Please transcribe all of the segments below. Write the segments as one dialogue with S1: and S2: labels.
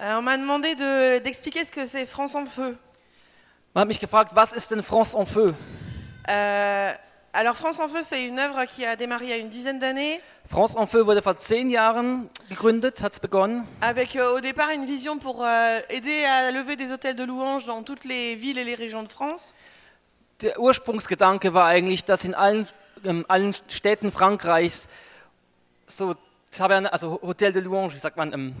S1: Euh, on m'a demandé de- d'expliquer ce que c'est France en feu.
S2: Man hat mich gefragt, was ist denn France en Feu?
S1: Euh, alors France en feu, c'est une œuvre qui a démarré il y a une dizaine d'années,
S2: France en Feu wurde vor zehn Jahren gegründet, hat es begonnen.
S1: avec euh, au départ une vision pour euh, aider à lever des hôtels de louanges dans toutes les villes et les régions de France.
S2: Der Ursprungsgedanke war eigentlich, dass in allen, ähm, allen Städten Frankreichs so Taverne, also Hotel de Louange, wie sagt man, ähm,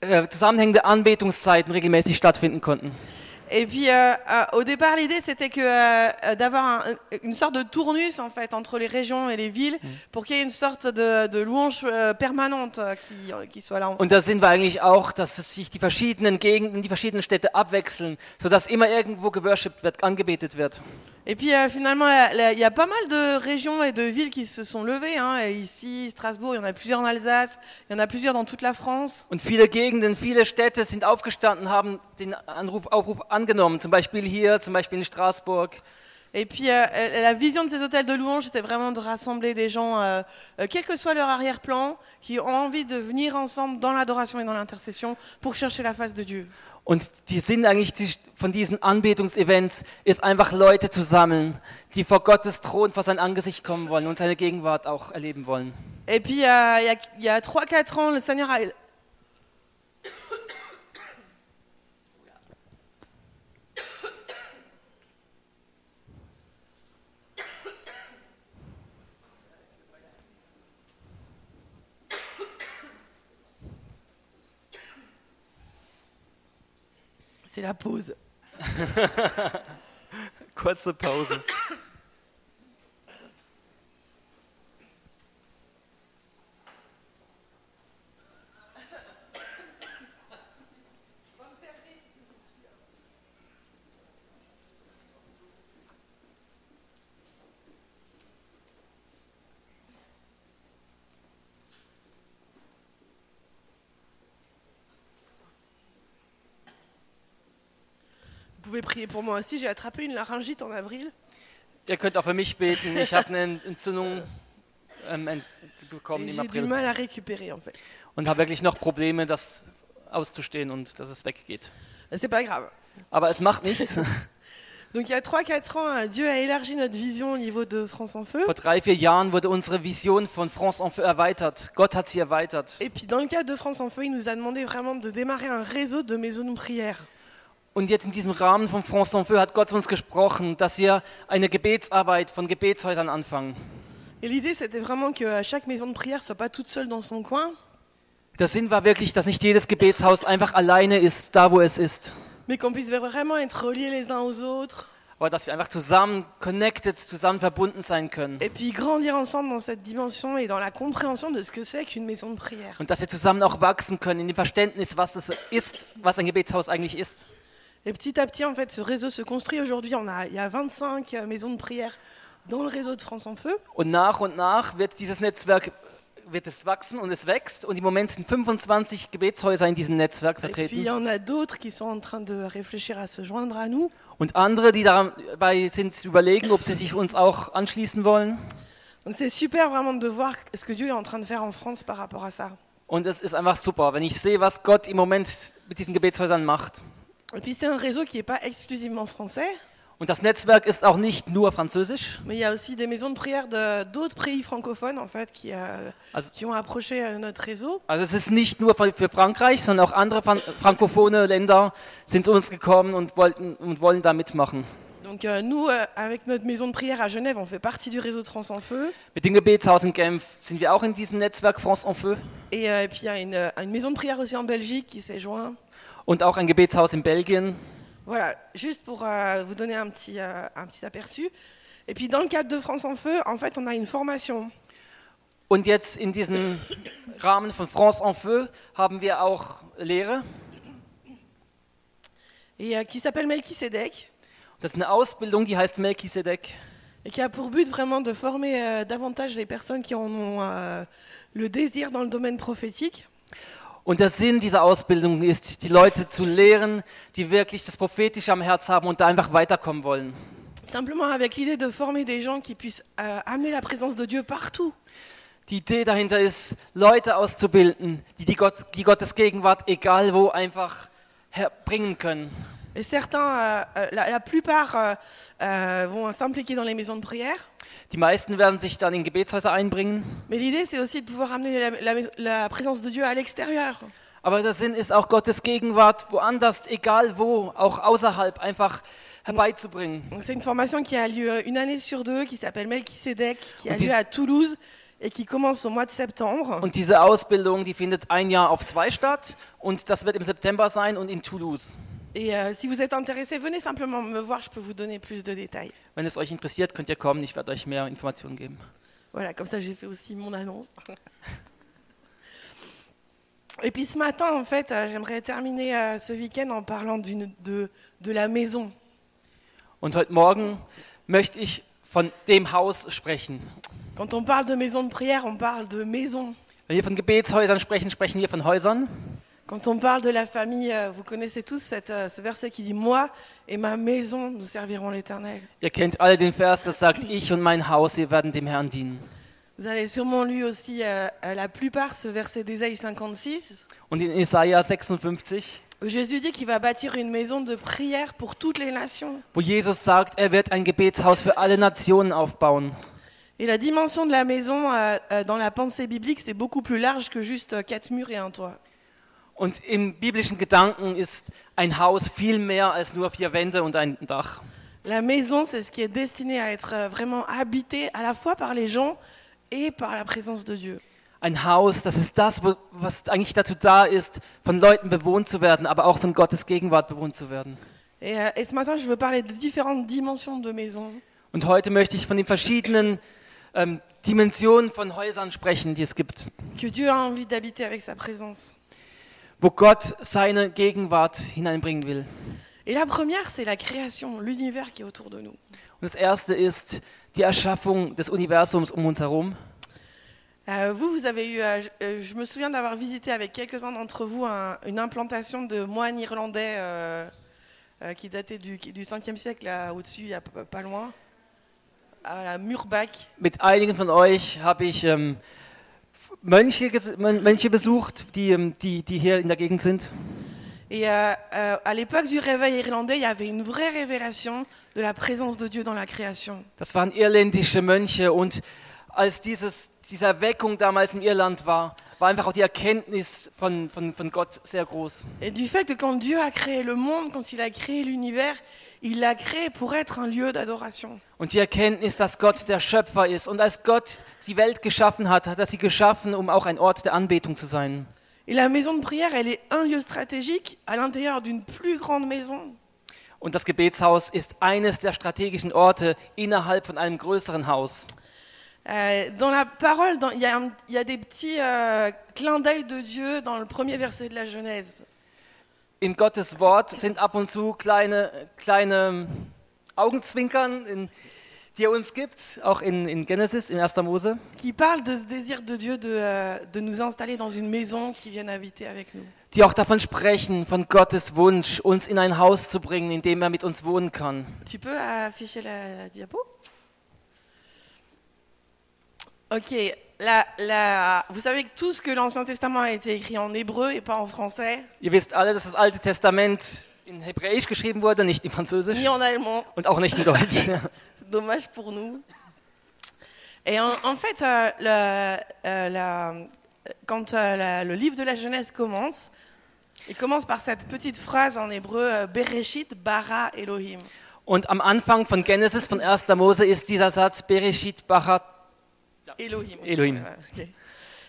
S2: äh, zusammenhängende Anbetungszeiten regelmäßig stattfinden konnten.
S1: Et puis euh, euh, au départ, l'idée c'était que euh, euh, d'avoir un- une sorte de tournus en fait entre les régions et les villes pour qu'il y ait une sorte de, de louange euh, permanente euh, qui, euh, qui soit là. En...
S2: Und da sind wir eigentlich auch, dass es sich die verschiedenen Gegenden, die verschiedenen Städte abwechseln, sodass immer irgendwo geworshipped wird, angebetet wird.
S1: Et puis euh, finalement, la- la- il y a pas mal de régions et de villes qui se sont levées. hein. Et ici, Strasbourg, il y en a plusieurs en Alsace, il y en a plusieurs dans toute la France.
S2: Und viele Gegenden, viele Städte sind aufgestanden, haben den Anruf, Aufruf angenommen. Zum Beispiel hier, zum Beispiel in Straßburg.
S1: Et puis euh, euh, la vision de ces hôtels de louange, c'était vraiment de rassembler des gens, euh, euh, quel que soit leur arrière-plan, qui ont envie de venir ensemble dans l'adoration et dans l'intercession pour chercher la face de Dieu.
S2: Und die Sinn eigentlich die, von diesen Anbetungsevents ist einfach Leute zu sammeln, die vor Gottes Thron, vor sein Angesicht kommen wollen und seine Gegenwart auch erleben wollen.
S1: Et puis, euh, il y a- il y a, 3-4 ans, le Seigneur a... C'est la pause.
S2: Kurze Pause.
S1: Vous pouvez prier pour moi aussi. J'ai attrapé une laryngite en avril.
S2: Ihr könnt auch für mich beten. Ich habe eine Entzündung ähm, ent bekommen
S1: Et
S2: im
S1: J'ai du
S2: April
S1: mal à récupérer en fait.
S2: und habe wirklich noch Probleme, das auszustehen und dass es weggeht.
S1: C'est pas grave.
S2: Aber es macht nichts.
S1: Donc il y a 3-4 ans, hein, Dieu a élargi notre vision au niveau de France en Feu.
S2: Vor drei, vier Jahren wurde unsere Vision von France en Feu erweitert. Gott hat sie erweitert.
S1: Et puis dans le cadre de France en Feu, il nous a demandé vraiment de démarrer un réseau de maisons de prière.
S2: Und jetzt in diesem Rahmen von France en Feu hat Gott zu uns gesprochen, dass wir eine Gebetsarbeit von Gebetshäusern anfangen.
S1: Et l'idée, c'était vraiment que euh, chaque maison de prière soit pas toute seule dans son coin,
S2: Der Sinn war wirklich, dass nicht jedes Gebetshaus einfach alleine ist, da wo es ist,
S1: mais qu'on puisse vraiment être reliés les uns aux autres
S2: aber dass wir einfach zusammen connected, zusammen verbunden sein können
S1: et puis grandir ensemble dans cette dimension et dans la compréhension de ce que c'est qu'une maison de prière.
S2: und dass wir zusammen auch wachsen können in dem Verständnis, was es ist, was ein Gebetshaus eigentlich ist.
S1: Et petit à petit, en fait, ce réseau se construit. Aujourd'hui, on a, il y a 25 euh, maisons de prière dans le réseau de France en Feu.
S2: Und nach und nach wird dieses Netzwerk wird es wachsen und es wächst und im Moment sind 25 Gebetshäuser in diesem Netzwerk
S1: Et puis il y en
S2: vertreten
S1: a d'autres qui sont en train de réfléchir à se joindre à nous.
S2: und andere, die dabei sind, zu überlegen, ob sie sich uns auch anschließen wollen.
S1: Donc c'est super vraiment de voir ce que Dieu est en train de faire en France par rapport à ça.
S2: Und es ist einfach super, wenn ich sehe, was Gott im Moment mit diesen Gebetshäusern macht.
S1: Et puis c'est un réseau qui n'est pas exclusivement français,
S2: Und das Netzwerk ist auch nicht nur französisch.
S1: mais il y a aussi des maisons de prière de- d'autres pays francophones en fait qui, euh,
S2: Ah, c'est-
S1: qui ont approché euh, notre réseau.
S2: Also es ist nicht nur von- für Frankreich, sondern auch andere Fran frankophone Länder sind zu uns gekommen und, wollten, und wollen da mitmachen.
S1: Donc euh, nous, euh, avec notre maison de prière à Genève, on fait partie du réseau de France en Feu.
S2: Mit dem Gebetshaus in Genf sind wir auch in diesem Netzwerk France en Feu
S1: Et, euh, et puis il y a une, euh, une maison de prière aussi en Belgique qui s'est joint.
S2: und auch ein Gebetshaus in Belgien.
S1: Voilà, juste pour euh, vous donner un petit, euh, un petit aperçu. Et puis dans le cadre de France en Feu, en fait, on a une formation.
S2: Und jetzt in diesem Rahmen von France en Feu haben wir auch Lehre.
S1: et, euh, qui s'appelle Melchisedec
S2: Das ist eine Ausbildung, die heißt Melchisedek.
S1: et qui a pour but vraiment de former euh, davantage les personnes qui en ont euh, le désir dans le domaine prophétique.
S2: Und der Sinn dieser Ausbildung ist, die Leute zu lehren, die wirklich das Prophetische am Herz haben und da einfach weiterkommen wollen.
S1: Simplement avec l'idée de former des gens qui puissent euh, amener la présence de Dieu partout.
S2: Die Idee dahinter ist, Leute auszubilden, die, die, Gott, die Gottes Gegenwart, egal wo, einfach herbringen können.
S1: Et certains, euh, euh, la, la plupart, euh, euh, vont s'impliquer dans les maisons de prière.
S2: Die meisten werden sich dann in Gebetshäuser einbringen.
S1: Mais l'idée, c'est aussi de pouvoir amener la, la mais- la présence de Dieu à l'extérieur.
S2: Aber der Sinn ist auch Gottes Gegenwart woanders, egal wo, auch außerhalb, einfach herbeizubringen.
S1: Donc, C'est une formation qui a lieu euh, une année sur deux, qui s'appelle Melchisedec, qui a
S2: On dit-
S1: lieu à Toulouse et qui commence au mois de septembre.
S2: Und diese Ausbildung, die findet ein Jahr auf zwei statt und das wird im September sein und in Toulouse.
S1: Et euh, si vous êtes intéressé, venez simplement me voir, je peux vous donner plus de détails.
S2: Wenn es euch interessiert, könnt ihr kommen, ich werde euch mehr Informationen geben.
S1: Voilà, comme ça j'ai fait aussi mon annonce. Et puis ce matin, en fait, euh, j'aimerais terminer euh, ce week-end en parlant d'une- de, de la maison.
S2: Und heute Morgen möchte ich von dem Haus sprechen.
S1: Quand on parle de maison de prière, on parle de maison.
S2: Wenn wir von Gebetshäusern sprechen, sprechen wir von Häusern.
S1: Quand on parle de la famille, euh, vous connaissez tous cette, euh, ce verset qui dit ⁇ Moi et ma maison, nous servirons l'Éternel ⁇
S2: Ihr kennt alle den Vers, das sagt, ich und mein Haus, wir werden dem Herrn dienen.
S1: Vous avez sûrement lu aussi euh, euh, la plupart ce verset d'Ésaïe 56,
S2: Und in Jesaja 56,
S1: où Jésus dit qu'il va bâtir une maison de prière pour toutes les nations.
S2: wo Jesus sagt, er wird ein Gebetshaus für alle Nationen aufbauen.
S1: Et la dimension de la maison euh, euh, dans la pensée biblique, c'est beaucoup plus large que juste euh, quatre murs et un toit.
S2: Und im biblischen Gedanken ist ein Haus viel mehr als nur vier Wände und ein Dach.
S1: La maison, c'est ce qui est destiné à être euh, vraiment habité à la fois par les gens et par la présence de Dieu.
S2: Ein Haus, das ist das, wo- was eigentlich dazu da ist, von Leuten bewohnt zu werden, aber auch von Gottes Gegenwart bewohnt zu werden.
S1: Et, euh, et ce matin, je veux parler de différentes dimensions de maison.
S2: Und heute möchte ich von den verschiedenen ähm, Dimensionen von Häusern sprechen, die es gibt,
S1: que Dieu a envie d'habiter avec sa présence.
S2: wo Gott seine Gegenwart hineinbringen will.
S1: Et la première, c'est la création, l'univers qui est autour de nous.
S2: Und das erste ist die Erschaffung des Universums um uns herum.
S1: Euh, vous, vous avez eu, euh, je, euh, je me souviens d'avoir visité avec quelques-uns d'entre vous un- une implantation de moines irlandais euh, euh, qui datait du, qui- du 5e siècle, là, au-dessus, il y a p- pas loin, à la Murbach.
S2: Mit einigen von euch habe ich ähm, Mönche, ges- Mön- Mönche besucht, die, ähm, die, die hier in der Gegend sind.
S1: Et euh, euh, à l'époque du réveil irlandais, il y avait une vraie révélation de la présence de Dieu dans la création.
S2: Das waren irländische Mönche und als dieses, diese Erweckung damals in Irland war, war einfach auch die Erkenntnis von, von, von Gott sehr groß.
S1: Et du fait que quand Dieu a créé le monde, quand il a créé l'univers, il l'a créé pour être un lieu d'adoration.
S2: Und die Erkenntnis, dass Gott der Schöpfer ist. Und als Gott die Welt geschaffen hat, hat er sie geschaffen, um auch ein Ort der Anbetung zu sein.
S1: Et la maison de prière, elle est un lieu stratégique à l'intérieur d'une plus grande maison.
S2: Und das Gebetshaus ist eines der strategischen Orte innerhalb von einem größeren Haus.
S1: Euh, dans la parole, dans- il y, a un- il y a des petits euh, clins d'œil de Dieu dans le premier verset de la Genèse.
S2: In Gottes Wort sind ab und zu kleine, kleine Augenzwinkern, in, die er uns gibt, auch in, in Genesis, in 1. Mose.
S1: qui parle de ce désir de Dieu de, euh, de nous installer dans une maison qui vienne habiter avec nous.
S2: die auch davon sprechen, von Gottes Wunsch, uns in ein Haus zu bringen, in dem er mit uns wohnen kann.
S1: Tu peux afficher la diapo Ok, la, la- vous savez que tout ce que l'Ancien Testament a été écrit en hébreu et pas en français,
S2: Ihr wisst alle, dass das Alte Testament in Hebräisch geschrieben wurde, nicht in Französisch
S1: ni en allemand,
S2: und auch nicht in Deutsch.
S1: c'est dommage pour nous. Et en, en fait, euh, la- euh, la- quand euh, la- le livre de la Genèse commence, il commence par cette petite phrase en hébreu, euh, Bereshit bara Elohim.
S2: Und am Anfang von Genesis, von 1. Mose, ist dieser Satz Bereshit Bachat.
S1: Elohim. ok.
S2: Elohim.
S1: Voilà, ok.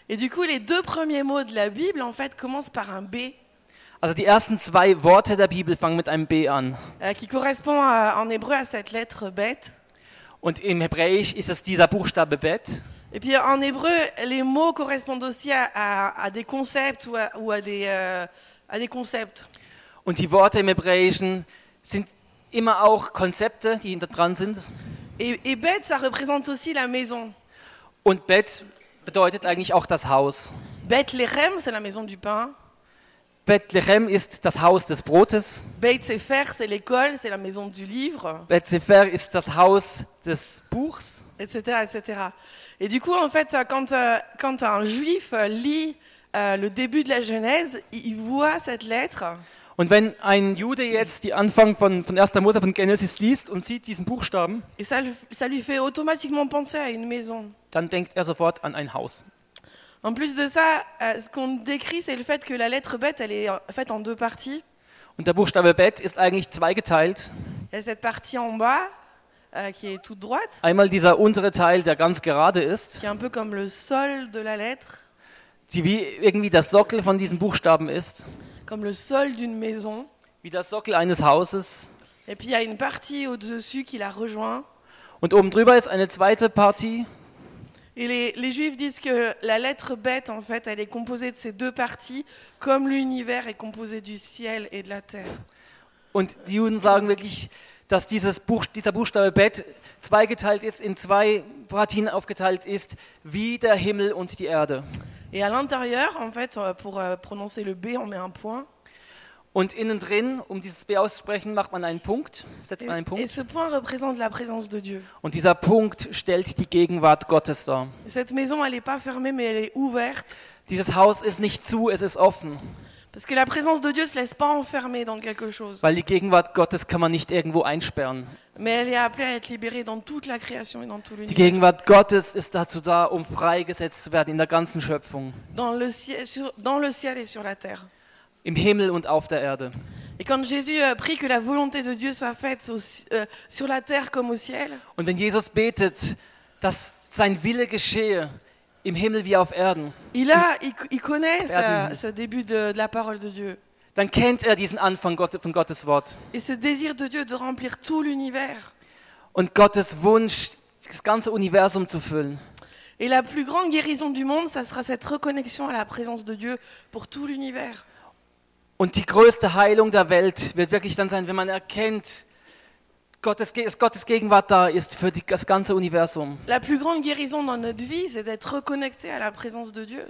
S1: Et du coup, les deux premiers mots de la Bible, en fait, commencent par un B,
S2: Also die ersten zwei Worte der Bibel fangen mit einem B an.
S1: euh, qui correspond à- en hébreu à cette lettre bête.
S2: Und im Hebräisch ist es dieser Buchstabe Bet.
S1: Et puis en hébreu, les mots correspondent aussi à, à- à des concepts ou à, ou à des, euh, à des concepts.
S2: Und die Worte im Hebräischen sind immer auch Konzepte, die hinter dran sind.
S1: Et, et bête, ça représente aussi la maison.
S2: Und Bet bedeutet eigentlich auch das Haus.
S1: Bethléem, c'est la maison du pain.
S2: Bethlehem ist das Haus des Brotes.
S1: Beit Sefer, c'est l'école, c'est la maison du livre,
S2: Beth Sefer ist das Haus des Buchs.
S1: etc. etc. Et du coup, en fait, euh, quand, euh, quand un juif euh, lit euh, le début de la Genèse, il il voit cette lettre.
S2: Und wenn ein Jude jetzt die Anfang von, von 1. Mose von Genesis liest und sieht diesen Buchstaben,
S1: Et ça, le- ça lui fait automatiquement penser à une maison.
S2: dann denkt er sofort an ein Haus.
S1: En plus de ça, euh, ce qu'on décrit, c'est le fait que la lettre bête, elle est euh, faite en deux parties.
S2: Und der Buchstabe Bet ist eigentlich zweigeteilt.
S1: Il y a cette partie en bas, euh, qui est toute droite,
S2: Einmal dieser untere Teil, der ganz gerade ist,
S1: qui est un peu comme le sol de la lettre,
S2: die wie irgendwie der Sockel von diesem Buchstaben ist,
S1: comme le sol d'une maison.
S2: wie der Sockel eines Hauses.
S1: Et puis il y a une partie au-dessus qui la rejoint.
S2: Und oben drüber ist eine zweite Partie.
S1: Et les, les juifs disent que la lettre bête, en fait, elle est composée de ces deux parties, comme l'univers est composé du ciel et de la terre.
S2: Und die Juden sagen wirklich, dass dieses Buch, dieser Buchstabe Bet zweigeteilt ist, in zwei Partien aufgeteilt ist, wie der Himmel und die Erde.
S1: Et à l'intérieur, en fait, euh, pour euh, prononcer le B, on met un point.
S2: Und innen drin, um dieses B auszusprechen, macht man einen Punkt, setzt man einen
S1: Et, et
S2: Punkt.
S1: ce point représente la présence de Dieu.
S2: Und dieser Punkt stellt die Gegenwart Gottes dar.
S1: Cette maison, elle n'est pas fermée, mais elle est ouverte.
S2: Dieses Haus ist nicht zu, es ist offen,
S1: Parce que la présence de Dieu ne se laisse pas enfermer dans quelque chose.
S2: weil die Gegenwart Gottes kann man nicht irgendwo einsperren.
S1: Mais elle est appelée à être libérée dans toute la création et dans tout
S2: Die
S1: l'univers.
S2: Gegenwart Gottes ist dazu da, um freigesetzt zu werden in der ganzen Schöpfung,
S1: Dans, le ciel- sur- dans le ciel et sur la terre.
S2: im Himmel und auf der Erde.
S1: Et quand Jésus euh, prie que la volonté de Dieu soit faite au ci- euh, sur la terre comme au ciel,
S2: Und wenn Jesus betet, dass sein Wille geschehe, im Himmel wie auf Erden,
S1: il, a, il, il connaît
S2: Pardon.
S1: ce, ce début de, de la parole de Dieu.
S2: dann kennt er diesen Anfang Gott- von Gottes Wort.
S1: Et ce désir de Dieu de remplir tout l'univers.
S2: Und Gottes Wunsch, das ganze Universum zu füllen.
S1: Et la plus grande guérison du monde, ça sera cette reconnexion à la présence de Dieu pour tout l'univers.
S2: Und die größte Heilung der Welt wird wirklich dann sein, wenn man erkennt, Gottes, Ge- dass Gottes Gegenwart da ist für die, das ganze Universum.
S1: La plus grande guérison dans notre vie, c'est d'être reconnecté à la présence de Dieu.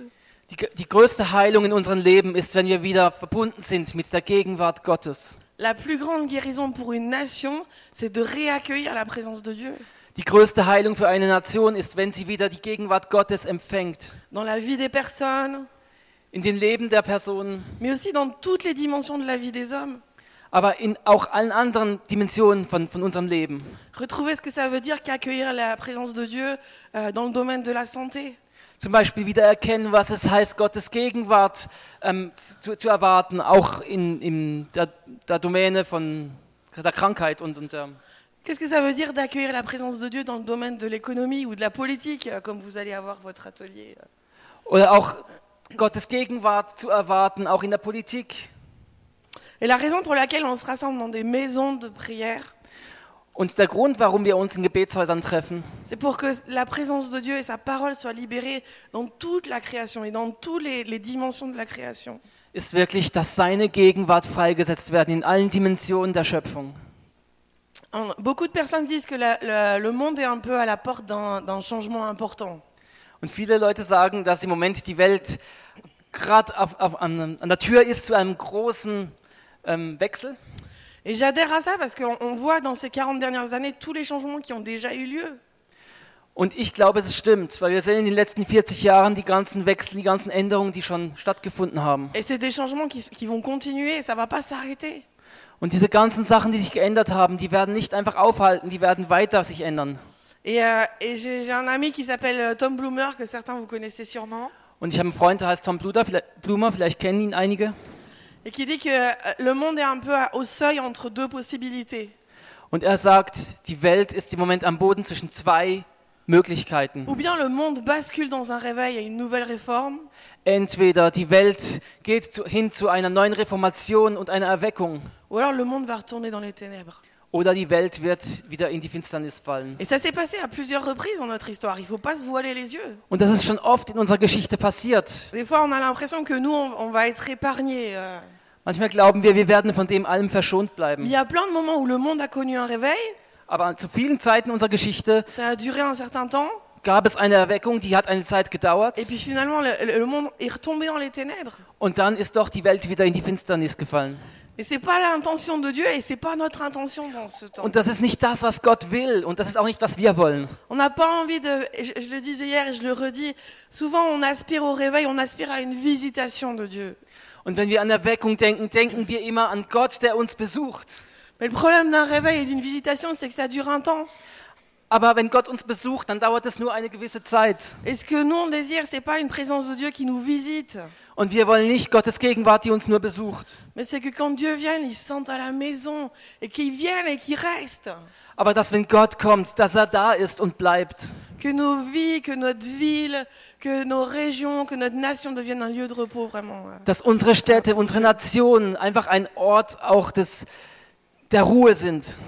S2: Die, ge- die größte Heilung in unserem Leben ist, wenn wir wieder verbunden sind mit der Gegenwart Gottes.
S1: La plus grande guérison pour une nation, c'est de réaccueillir la présence de Dieu
S2: Die größte Heilung für eine Nation ist, wenn sie wieder die Gegenwart Gottes empfängt.
S1: dans la vie des personnes,
S2: In den Leben der Personen,
S1: mais aussi dans toutes les dimensions de la vie des hommes.
S2: aber in auch allen anderen Dimensionen von, von unserem Leben.
S1: Retrouver ce que ça veut dire qu'accueillir la présence de Dieu euh, dans le domaine de la santé,
S2: Zum Beispiel wieder erkennen, was es heißt, Gottes Gegenwart ähm, zu, zu erwarten, auch in, in der, der Domäne von der Krankheit und, ähm, und der,
S1: Qu'est-ce que ça veut dire d'accueillir la présence de Dieu dans le domaine de l'économie ou de la politique, euh, comme vous allez avoir votre atelier euh.
S2: oder auch Gottes Gegenwart zu erwarten, auch in der Politik.
S1: Et la raison pour laquelle on se rassemble dans des maisons de prière,
S2: Und der Grund, warum wir uns in Gebetshäusern treffen,
S1: c'est pour que la présence de Dieu et sa parole soient libérées dans toute la création et dans toutes les, les dimensions de la création.
S2: ist wirklich, dass seine Gegenwart freigesetzt werden in allen Dimensionen der Schöpfung.
S1: En- Beaucoup de personnes disent que la- la- le monde est un peu à la porte d'un d'un changement important.
S2: Und viele Leute sagen, dass im Moment die Welt gerade auf, auf, an, an der Tür ist zu einem großen ähm, Wechsel.
S1: Et j'adhère à ça parce qu'on on voit dans ces 40 dernières années tous les changements qui ont déjà eu lieu.
S2: Und ich glaube, es stimmt, weil wir sehen in den letzten 40 Jahren die ganzen Wechsel, die ganzen Änderungen, die schon stattgefunden haben.
S1: Et c'est des changements qui, s- qui vont continuer, ça ne va pas s'arrêter.
S2: Und diese ganzen Sachen, die sich geändert haben, die werden nicht einfach aufhalten, die werden weiter sich ändern.
S1: Et, euh, et j'ai j'ai un ami qui s'appelle euh, Tom Bloomer, que certains vous connaissez sûrement,
S2: Und ich habe einen Freund, der heißt Tom Bluder, vielleicht, Blumer, vielleicht kennen ihn einige.
S1: et qui dit que euh, le monde est un peu à- au seuil entre deux possibilités.
S2: Und er sagt, die Welt ist im Moment am Boden zwischen zwei Möglichkeiten.
S1: Ou bien le monde bascule dans un réveil et une nouvelle réforme,
S2: Entweder die Welt geht zu, hin zu einer neuen Reformation und einer Erweckung,
S1: ou alors le monde va retourner dans les ténèbres.
S2: oder die Welt wird wieder in die Finsternis fallen.
S1: Et ça s'est passé à plusieurs reprises dans notre histoire. Il ne faut pas se voiler les yeux.
S2: Und das ist schon oft in unserer Geschichte passiert.
S1: Des fois, on a l'impression que nous, on, on va être épargnés. euh.
S2: Manchmal glauben wir, wir werden von dem allem verschont
S1: Mais Il
S2: bleiben.
S1: y a plein de moments où le monde a connu un réveil,
S2: Aber zu vielen Zeiten unserer Geschichte
S1: ça a duré un certain temps,
S2: gab es eine Erweckung, die hat eine Zeit gedauert.
S1: Et puis finalement, le, le monde est retombé dans les ténèbres.
S2: Und dann ist doch die Welt wieder in die Finsternis gefallen.
S1: Et c'est pas l'intention de Dieu et c'est pas notre intention dans ce temps.
S2: Und das ist nicht das, was Gott will. Und das ist auch nicht, was wir wollen.
S1: On n'a pas envie de, et je, je le disais hier et je le redis, souvent on aspire au réveil, on aspire à une visitation de Dieu.
S2: Und wenn wir an Erweckung denken, denken wir immer an Gott, der uns besucht.
S1: Mais le problème d'un réveil et d'une visitation, c'est que ça dure un temps.
S2: Aber wenn Gott uns besucht, dann dauert es nur eine gewisse Zeit.
S1: Et ce que nous on désire, c'est pas une présence de Dieu qui nous visite,
S2: Und wir wollen nicht Gottes Gegenwart, die uns nur besucht.
S1: mais c'est que quand Dieu vienne, il se sente à la maison et qu'il vienne et qu'il reste.
S2: Aber dass wenn Gott kommt, dass er da ist und bleibt.
S1: Que nos vies, que notre ville, que nos régions, que notre nation deviennent un lieu de repos vraiment. euh. ouais.
S2: Dass unsere Städte, unsere Nationen einfach ein Ort auch des, der Ruhe sind.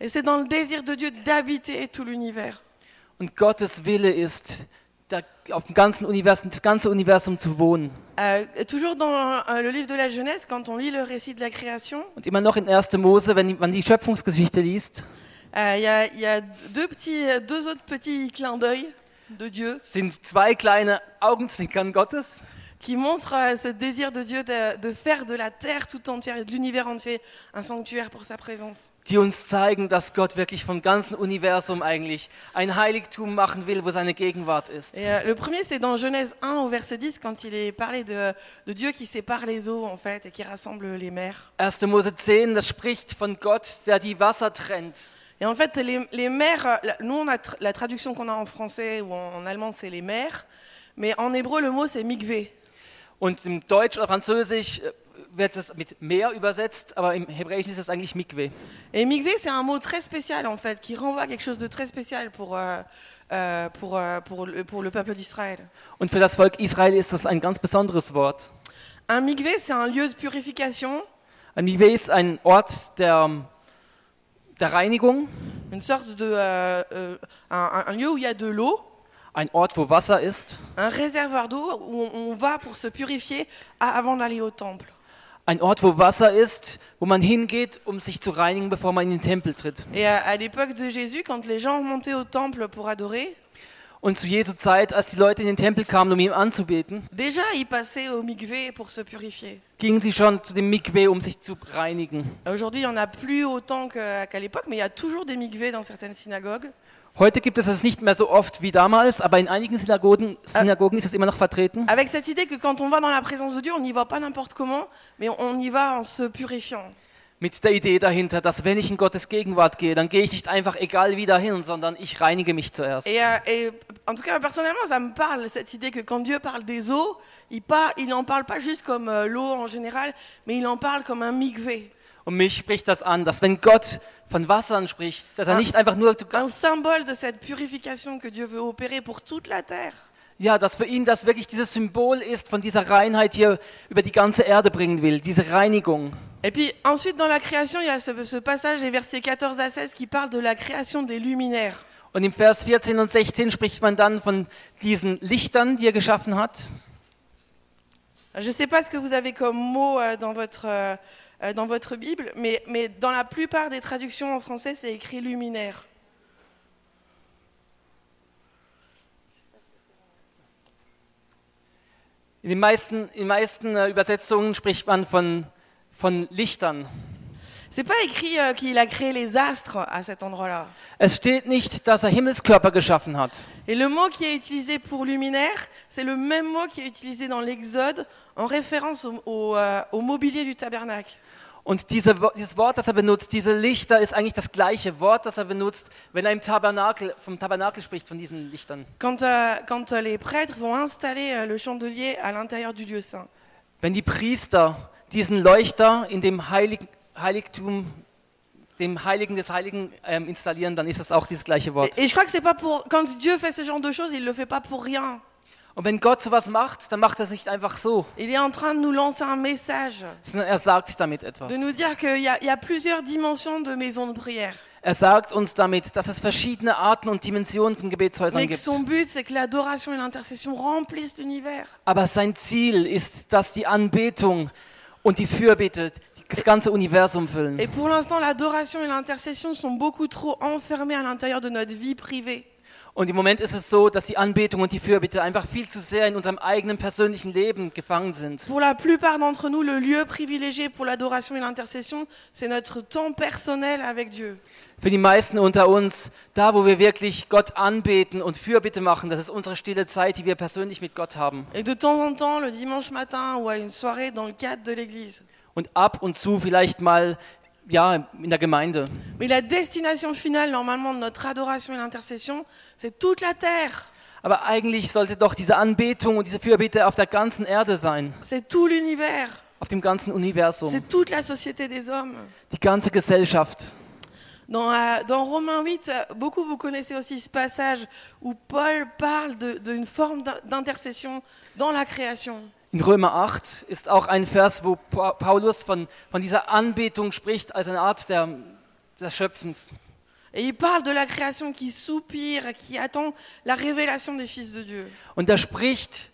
S1: Et c'est dans le désir de Dieu d'habiter tout l'univers.
S2: Und Gottes Wille ist, da auf dem ganzen Universum, das ganze Universum zu wohnen.
S1: Euh, toujours dans euh, le livre de la Genèse, quand on lit le récit de la création,
S2: Und immer noch in 1. Mose, wenn man die Schöpfungsgeschichte liest,
S1: euh, il y, a- il y a deux, petits, deux autres petits clins d'œil de Dieu
S2: sind zwei kleine Augenzwinkern Gottes,
S1: qui montrent euh, ce désir de Dieu de, de faire de la terre tout entière et de l'univers entier un sanctuaire pour sa présence.
S2: die uns zeigen, dass Gott wirklich vom ganzen Universum eigentlich ein Heiligtum machen will, wo seine Gegenwart ist.
S1: Et, euh, le premier, c'est dans Genèse 1 au verset 10, quand il est parlé de, de Dieu qui sépare les eaux en fait et qui rassemble les mers.
S2: 1. Mose 10, das spricht von Gott, der die Wasser trennt.
S1: Et en fait, les, les mers, euh, la- nous, on a tr- la traduction qu'on a en français ou en, en allemand, c'est les mers, mais en hébreu, le mot, c'est mikvé.
S2: Und im Deutsch oder Französisch äh, wird es mit Meer übersetzt, aber im Hebräischen ist es eigentlich Mikwe.
S1: Et mikvé, c'est un mot très spécial en fait, qui renvoie à quelque chose de très spécial pour, euh, euh, pour, euh, pour, le, pour le peuple d'Israël.
S2: Und für das Volk Israel ist das ein ganz besonderes Wort.
S1: Un mikvé, c'est un lieu de purification,
S2: Ein Mikwe ist ein Ort der, der Reinigung,
S1: une sorte de. euh, euh, un, un- un lieu où il y a de l'eau,
S2: ein Ort, wo Wasser ist,
S1: un réservoir d'eau où on, on va pour se purifier a- avant d'aller au temple.
S2: ein Ort, wo Wasser ist, wo man hingeht, um sich zu reinigen, bevor man in den Tempel tritt.
S1: Et à, à l'époque de Jésus, quand les gens montaient au temple pour adorer,
S2: Und zu Jesu Zeit, als die Leute in den Tempel kamen, um ihm anzubeten,
S1: déjà ils passaient au mikvé pour se purifier.
S2: gingen sie schon zu dem Mikwe, um sich zu reinigen.
S1: Aujourd'hui, il n'y en a plus autant que- qu'à l'époque, mais il y a toujours des mikvés dans certaines synagogues.
S2: Heute gibt es es nicht mehr so oft wie damals, aber in einigen Synagogen, Synagogen ist es immer noch vertreten.
S1: Avec cette idée que quand on va dans la présence de Dieu, on n'y va pas n'importe comment, mais on y va en se purifiant.
S2: Mit der Idee dahinter, dass wenn ich in Gottes Gegenwart gehe, dann gehe ich nicht einfach egal wie dahin, sondern ich reinige mich zuerst.
S1: Et, euh, et en tout cas, personnellement, ça me parle, cette idée que quand Dieu parle des eaux, il n'en il en parle pas juste comme euh, l'eau en général, mais il en parle comme un mikvé,
S2: Und mich spricht das an, dass wenn Gott von Wassern spricht, dass er
S1: Ah.
S2: nicht einfach nur, zu-
S1: un symbole de cette purification que Dieu veut opérer pour toute la terre.
S2: ja, dass für ihn das wirklich dieses Symbol ist von dieser Reinheit, die er über die ganze Erde bringen will, diese Reinigung.
S1: Et puis ensuite, dans la création, il y a ce, ce passage, les versets 14 à 16, qui parle de la création des luminaires.
S2: Und im Vers 14 und 16 spricht man dann von diesen Lichtern, die er geschaffen hat.
S1: Je ne sais pas ce que vous avez comme mot euh, dans votre, euh, euh, dans votre Bible, mais, mais dans la plupart des traductions en français, c'est écrit luminaire.
S2: In den meisten, in den meisten äh, Übersetzungen spricht man von, von Lichtern.
S1: C'est pas écrit euh, qu'il a créé les astres à cet endroit-là.
S2: Es steht nicht, dass er Himmelskörper geschaffen hat.
S1: Et le mot qui est utilisé pour luminaire, c'est le même mot qui est utilisé dans l'Exode en référence au, au, euh, au mobilier du tabernacle.
S2: Und diese, Wo- dieses Wort, das er benutzt, diese Lichter, ist eigentlich das gleiche Wort, das er benutzt, wenn er im Tabernakel, vom Tabernakel spricht, von diesen Lichtern.
S1: Quand, euh, quand euh, les prêtres vont installer euh, le chandelier à l'intérieur du lieu saint.
S2: Wenn die Priester diesen Leuchter in dem Heilig, Heiligtum, dem Heiligen des Heiligen ähm, installieren, dann ist das auch dieses gleiche Wort.
S1: Et, et je crois que c'est pas pour quand Dieu fait ce genre de choses, il le fait pas pour rien.
S2: Und wenn Gott sowas macht, dann macht er es nicht einfach so,
S1: Il est en train de nous lancer un message.
S2: sondern er sagt damit etwas.
S1: de nous dire qu'il y, a- il y a plusieurs dimensions de maisons de prière.
S2: Er sagt uns damit, dass es verschiedene Arten und Dimensionen von Gebetshäusern
S1: Mais que
S2: gibt.
S1: son but, c'est que l'adoration et l'intercession remplissent l'univers.
S2: Aber sein Ziel ist, dass die Anbetung und die Fürbitte die das ganze Universum füllen.
S1: Et pour l'instant, l'adoration et l'intercession sont beaucoup trop enfermées à l'intérieur de notre vie privée.
S2: Und im Moment ist es so, dass die Anbetung und die Fürbitte einfach viel zu sehr in unserem eigenen persönlichen Leben gefangen sind.
S1: Pour la plupart d'entre nous, le lieu privilégié pour l'adoration et l'intercession, c'est notre temps personnel avec Dieu.
S2: Für die meisten unter uns, da wo wir wirklich Gott anbeten und Fürbitte machen, das ist unsere stille Zeit, die wir persönlich mit Gott haben.
S1: Et de temps en temps, le dimanche matin ou à une soirée dans le cadre de l'église.
S2: Und ab und zu vielleicht mal, ja, in der Gemeinde.
S1: Mais la destination finale, normalement, de notre adoration et l'intercession, c'est toute la terre.
S2: Aber eigentlich sollte doch diese Anbetung und diese Fürbitte auf der ganzen Erde sein,
S1: C'est tout l'univers.
S2: auf dem ganzen Universum,
S1: C'est toute la société des hommes.
S2: die ganze Gesellschaft.
S1: Dans, euh, dans Romains 8, euh, beaucoup vous connaissez aussi ce passage où Paul parle de- d'une forme d'in- d'intercession dans la création.
S2: In Römer 8 ist auch ein Vers, wo Pa- Paulus von, von dieser Anbetung spricht, als eine Art der, des Schöpfens.
S1: Et il parle de la création qui soupire, qui attend la révélation des fils de Dieu.
S2: Und er spricht,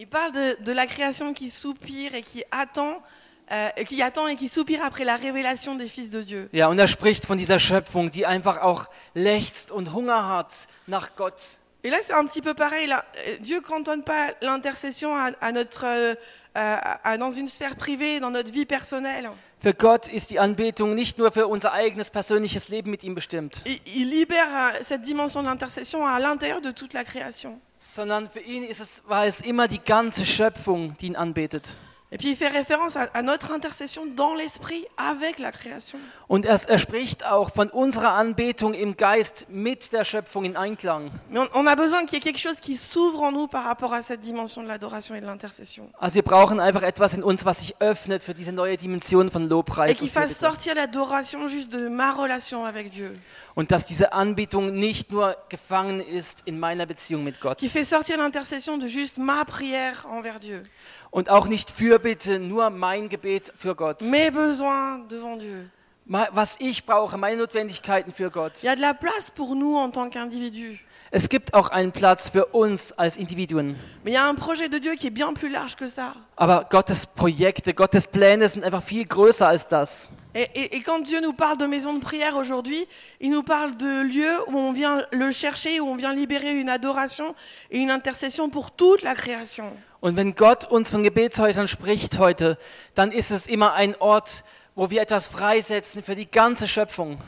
S1: Il parle de, de la création qui soupire et qui attend, euh, qui attend et qui soupire après la révélation des fils de Dieu.
S2: ja, und er spricht von dieser Schöpfung, die einfach auch lechzt und Hunger hat nach Gott.
S1: Et là, c'est un petit peu pareil. Là. Euh, Dieu cantonne pas l'intercession à, à notre, euh, à- à- dans une sphère privée, dans notre vie personnelle.
S2: Für Gott ist die Anbetung nicht nur für unser eigenes persönliches Leben mit ihm bestimmt,
S1: Il, il libère euh, cette dimension de l'intercession à l'intérieur de toute la création.
S2: sondern für ihn ist es, war es immer die ganze Schöpfung, die ihn anbetet.
S1: Et puis, il fait référence à, à notre intercession dans l'esprit avec la création.
S2: Und er, er spricht auch von unserer Anbetung im Geist mit der Schöpfung in Einklang.
S1: Mais on, on a besoin qu'il y ait quelque chose qui s'ouvre en nous par rapport à cette dimension de l'adoration et de l'intercession.
S2: Also wir brauchen einfach etwas in uns, was sich öffnet für diese neue Dimension von
S1: Et
S2: Lobpreis.
S1: qui
S2: Und,
S1: fasse
S2: Fürbitte.
S1: sortir l'adoration juste de ma relation avec Dieu.
S2: und dass diese Anbetung nicht nur gefangen ist in meiner Beziehung mit Gott.
S1: Qui fait sortir l'intercession de juste ma prière envers Dieu.
S2: Und auch nicht Fürbitte, nur mein Gebet für Gott.
S1: Mes besoins devant Dieu.
S2: Ma- Was ich brauche, meine Notwendigkeiten für Gott.
S1: Il y a de la place pour nous en tant qu'individus.
S2: Es gibt auch einen Platz für uns als Individuen.
S1: Mais il y a un projet de Dieu qui est bien plus large que ça.
S2: Aber Gottes Projekte, Gottes Pläne sind einfach viel größer als das.
S1: Et, et- et quand Dieu nous parle de maison de prière aujourd'hui, il nous parle de lieux où on vient le chercher, où on vient libérer une adoration et une intercession pour toute la création.
S2: Und wenn Gott uns von Gebetshäusern spricht heute, dann ist es immer ein Ort, wo wir etwas freisetzen für die ganze Schöpfung.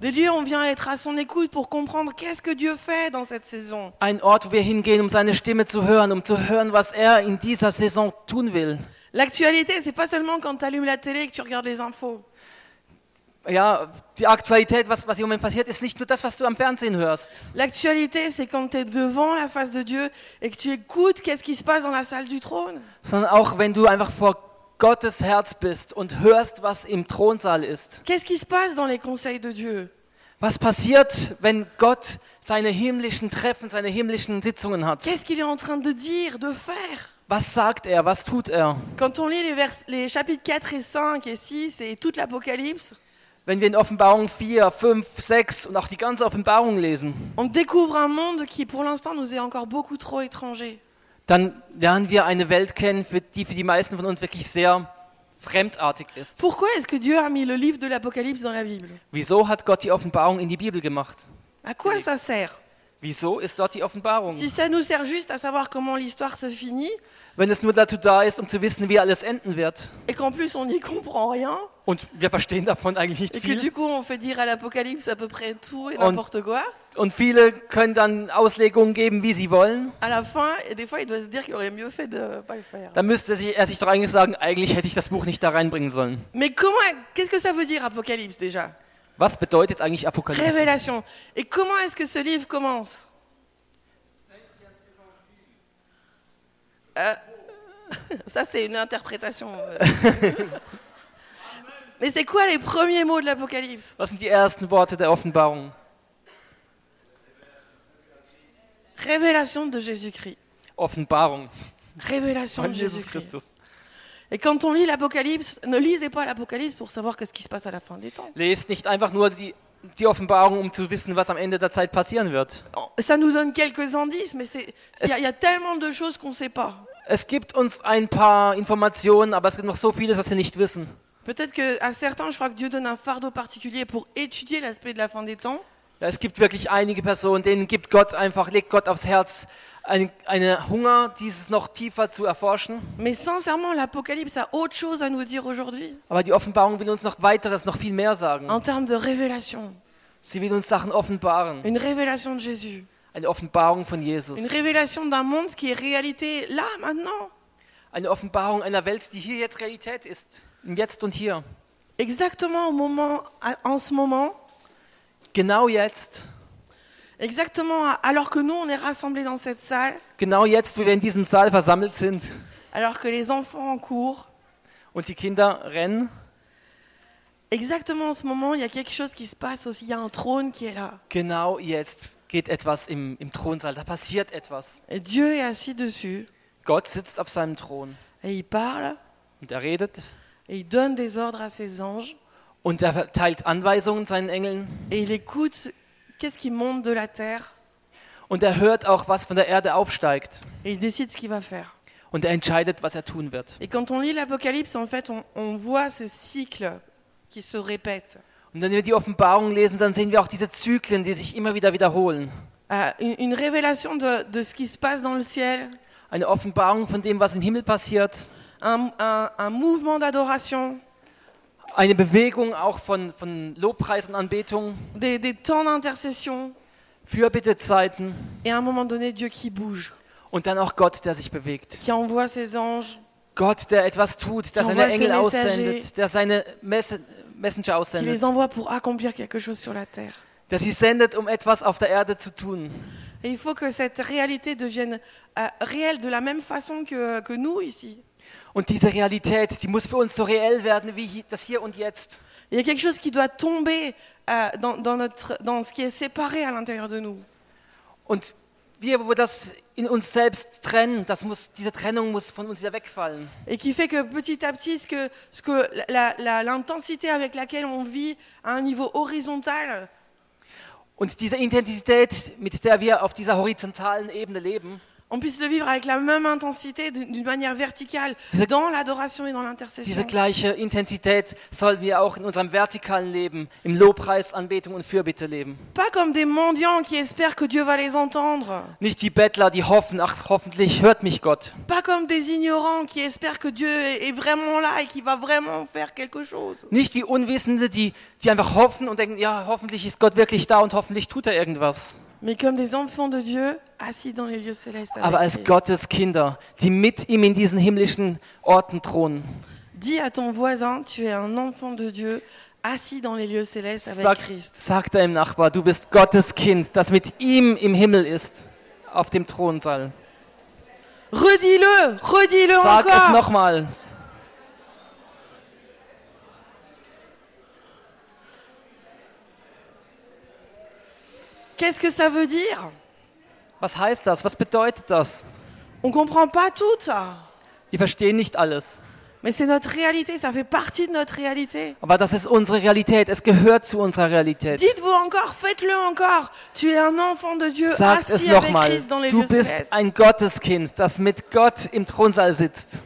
S1: Des lieux où on vient être à son écoute pour comprendre qu'est-ce que Dieu fait dans cette saison.
S2: Ein Ort, wo wir hingehen, um seine Stimme zu hören, um zu hören, was er in dieser Saison tun will.
S1: L'actualité, c'est pas seulement quand tu allumes la télé et que tu regardes les infos.
S2: Ja, die Aktualität, was, was im Moment passiert, ist nicht nur das, was du am Fernsehen hörst.
S1: L'actualité, c'est quand tu es devant la face de Dieu et que tu écoutes qu'est-ce qui se passe dans la salle du trône.
S2: sondern auch wenn du einfach vor Gottes Herz bist und hörst, was im Thronsaal ist.
S1: Qu'est-ce qui se passe dans les conseils de Dieu
S2: Was passiert, wenn Gott seine himmlischen Treffen, seine himmlischen Sitzungen hat?
S1: Qu'est-ce qu'il est en train de dire, de faire
S2: Was sagt er? Was tut er?
S1: Quand on lit les, vers- les chapitres 4 et 5 et 6 et toute l'Apocalypse,
S2: Wenn wir in Offenbarung 4, 5, 6 und auch die ganze Offenbarung lesen,
S1: on découvre un monde qui, pour l'instant, nous est encore beaucoup trop étranger.
S2: dann lernen wir eine Welt kennen, für die für die meisten von uns wirklich sehr fremdartig ist.
S1: Pourquoi est-ce que Dieu a mis le livre de l'Apocalypse dans la Bible
S2: Wieso hat Gott die Offenbarung in die Bibel gemacht?
S1: À quoi ça sert
S2: Wieso ist dort die Offenbarung?
S1: Si ça nous sert juste à savoir comment l'histoire se finit
S2: Wenn es nur dazu da ist, um zu wissen, wie alles enden wird.
S1: et qu'en plus on n'y comprend rien
S2: Und wir verstehen davon eigentlich nicht
S1: et que
S2: viel.
S1: du coup on fait dire à l'Apocalypse à peu près tout et n'importe quoi,
S2: Und viele können dann Auslegungen geben, wie sie wollen.
S1: à la fin, et des fois il doit se dire qu'il aurait mieux fait de pas le faire.
S2: Dann müsste sie- er sich doch eigentlich sagen, eigentlich hätte ich das Buch nicht da reinbringen sollen.
S1: Mais comment, qu'est-ce que ça veut dire Apocalypse déjà
S2: Was bedeutet eigentlich Apokalypse?
S1: Révélation. Et comment est-ce que ce livre commence Euh, Ça, c'est une interprétation. euh. Mais c'est quoi les premiers mots de l'Apocalypse
S2: Was sind die ersten Worte der Offenbarung?
S1: Révélation de Jésus-Christ.
S2: Offenbarung
S1: Révélation
S2: von
S1: de
S2: Jesus
S1: Jésus-Christ.
S2: Christus.
S1: Et quand on lit l'Apocalypse, ne lisez pas l'Apocalypse pour savoir qu'est-ce qui se passe à la fin des temps.
S2: Lest nicht einfach nur die, die Offenbarung, um zu wissen, was am Ende der Zeit passieren wird.
S1: Ça nous donne quelques indices, mais c'est- il y, a- il y a tellement de choses qu'on ne sait pas.
S2: es gibt uns ein paar Informationen, aber es gibt noch so vieles, was wir nicht wissen.
S1: Peut-être qu'à certains, je crois que Dieu donne un fardeau particulier pour étudier l'aspect de la fin des temps.
S2: Ja, es gibt wirklich einige Personen, denen gibt Gott einfach, legt Gott aufs Herz einen, einen Hunger, dieses noch tiefer zu erforschen.
S1: Mais sincèrement, l'Apocalypse a autre chose à nous dire aujourd'hui
S2: Aber die Offenbarung will uns noch weiteres, noch viel mehr sagen.
S1: en termes de révélation.
S2: Sie will uns Sachen offenbaren.
S1: Une révélation de Jésus.
S2: Eine Offenbarung von Jesus.
S1: Une révélation d'un monde qui est réalité là, maintenant.
S2: Eine Offenbarung einer Welt, die hier jetzt Realität ist. Im Jetzt und hier.
S1: Exactement au moment, à- en ce moment.
S2: Genau jetzt.
S1: Exactement à- alors que nous, on est rassemblés dans cette salle,
S2: Genau jetzt, wo wir in diesem Saal versammelt sind
S1: alors que les enfants en cours.
S2: und die Kinder rennen.
S1: Exactement en ce moment, il y a quelque chose qui se passe aussi. Il y a un trône qui est là.
S2: Genau jetzt geht etwas im, im Thronsaal. Da passiert etwas.
S1: Et Dieu est assis dessus.
S2: Gott sitzt auf seinem Thron
S1: Et il parle.
S2: und er redet
S1: Et il donne des ordres à ses anges.
S2: und er verteilt Anweisungen seinen Engeln
S1: Et il écoute qu'est-ce qui monte de la terre.
S2: und er hört auch, was von der Erde aufsteigt
S1: Et il décide ce qu'il va faire.
S2: und er entscheidet, was er tun wird.
S1: Et quand on lit l'Apocalypse, en fait, on, on voit ces cycles qui se répètent.
S2: Und wenn wir die Offenbarung lesen, dann sehen wir auch diese Zyklen, die sich immer wieder wiederholen.
S1: Euh, une, une révélation de, de ce qui se passe dans le ciel,
S2: Eine Offenbarung von dem, was im Himmel passiert,
S1: un, un- un mouvement d'adoration,
S2: eine Bewegung auch von, von Lobpreis und Anbetung,
S1: des, des temps d'intercession
S2: Fürbittezeiten
S1: et à un moment donné Dieu qui bouge,
S2: und dann auch Gott, der sich bewegt.
S1: qui envoie ses anges,
S2: Gott, der etwas tut, der
S1: Qui
S2: seine
S1: envoie ses
S2: Engel
S1: messagers.
S2: aussendet, der seine Mess Messenger
S1: qui
S2: aussendet,
S1: les envoie pour accomplir quelque chose sur la terre.
S2: der sie sendet, um etwas auf der Erde zu tun.
S1: Et il faut que cette réalité devienne euh, réelle de la même façon que, que nous ici.
S2: Und diese Realität, die muss für uns so reell werden wie hi- das Hier und Jetzt.
S1: Il y a quelque chose qui doit tomber euh, dans, dans notre, dans ce qui est séparé à l'intérieur de nous.
S2: Und wir, wo wir das in uns selbst trennen, das muss, diese Trennung muss von uns wieder wegfallen.
S1: Et qui fait que petit à petit, ce que, ce que la- la- l'intensité avec laquelle on vit à un niveau horizontal,
S2: Und diese Intensität, mit der wir auf dieser horizontalen Ebene leben,
S1: on puisse le vivre avec la même intensité, d'une d'une manière verticale,
S2: C'est-
S1: dans l'adoration et dans
S2: diese
S1: l'intercession.
S2: gleiche Intensität sollen wir auch in unserem vertikalen Leben, im Lobpreis, Anbetung und Fürbitte leben.
S1: Pas comme des mendiants qui espèrent que Dieu va les entendre.
S2: Nicht die Bettler, die hoffen, ach hoffentlich hört mich Gott.
S1: Pas comme des ignorants qui espèrent que Dieu est est vraiment là et qu'il va vraiment faire quelque chose.
S2: Nicht die Unwissende, die, die einfach hoffen und denken, ja hoffentlich ist Gott wirklich da und hoffentlich tut er irgendwas.
S1: Mais comme des enfants de Dieu assis dans les lieux célestes. avec
S2: Aber als
S1: Christ.
S2: Gottes Kinder, die mit ihm in diesen himmlischen Orten thronen.
S1: Dis à ton voisin, tu es un enfant de Dieu assis dans les lieux célestes avec
S2: Sag,
S1: Christ.
S2: sag deinem Nachbar, du bist Gottes Kind, das mit ihm im Himmel ist, auf dem Thronsaal.
S1: Redis-le, redis-le
S2: Sag es
S1: encore.
S2: nochmal.
S1: Qu'est-ce que ça veut dire
S2: Was heißt das? Was bedeutet das?
S1: On comprend pas tout ça.
S2: Wir verstehen nicht alles.
S1: Mais c'est notre réalité, ça fait partie de notre réalité.
S2: Aber das ist unsere Realität. Es gehört zu unserer Realität.
S1: Dites-vous encore, faites-le encore. Tu es un enfant de Dieu
S2: Sag es
S1: assis avec
S2: nochmal.
S1: Christ dans les
S2: Du
S1: lieux
S2: bist
S1: célestes.
S2: ein Gotteskind, das mit Gott im Thronsaal sitzt.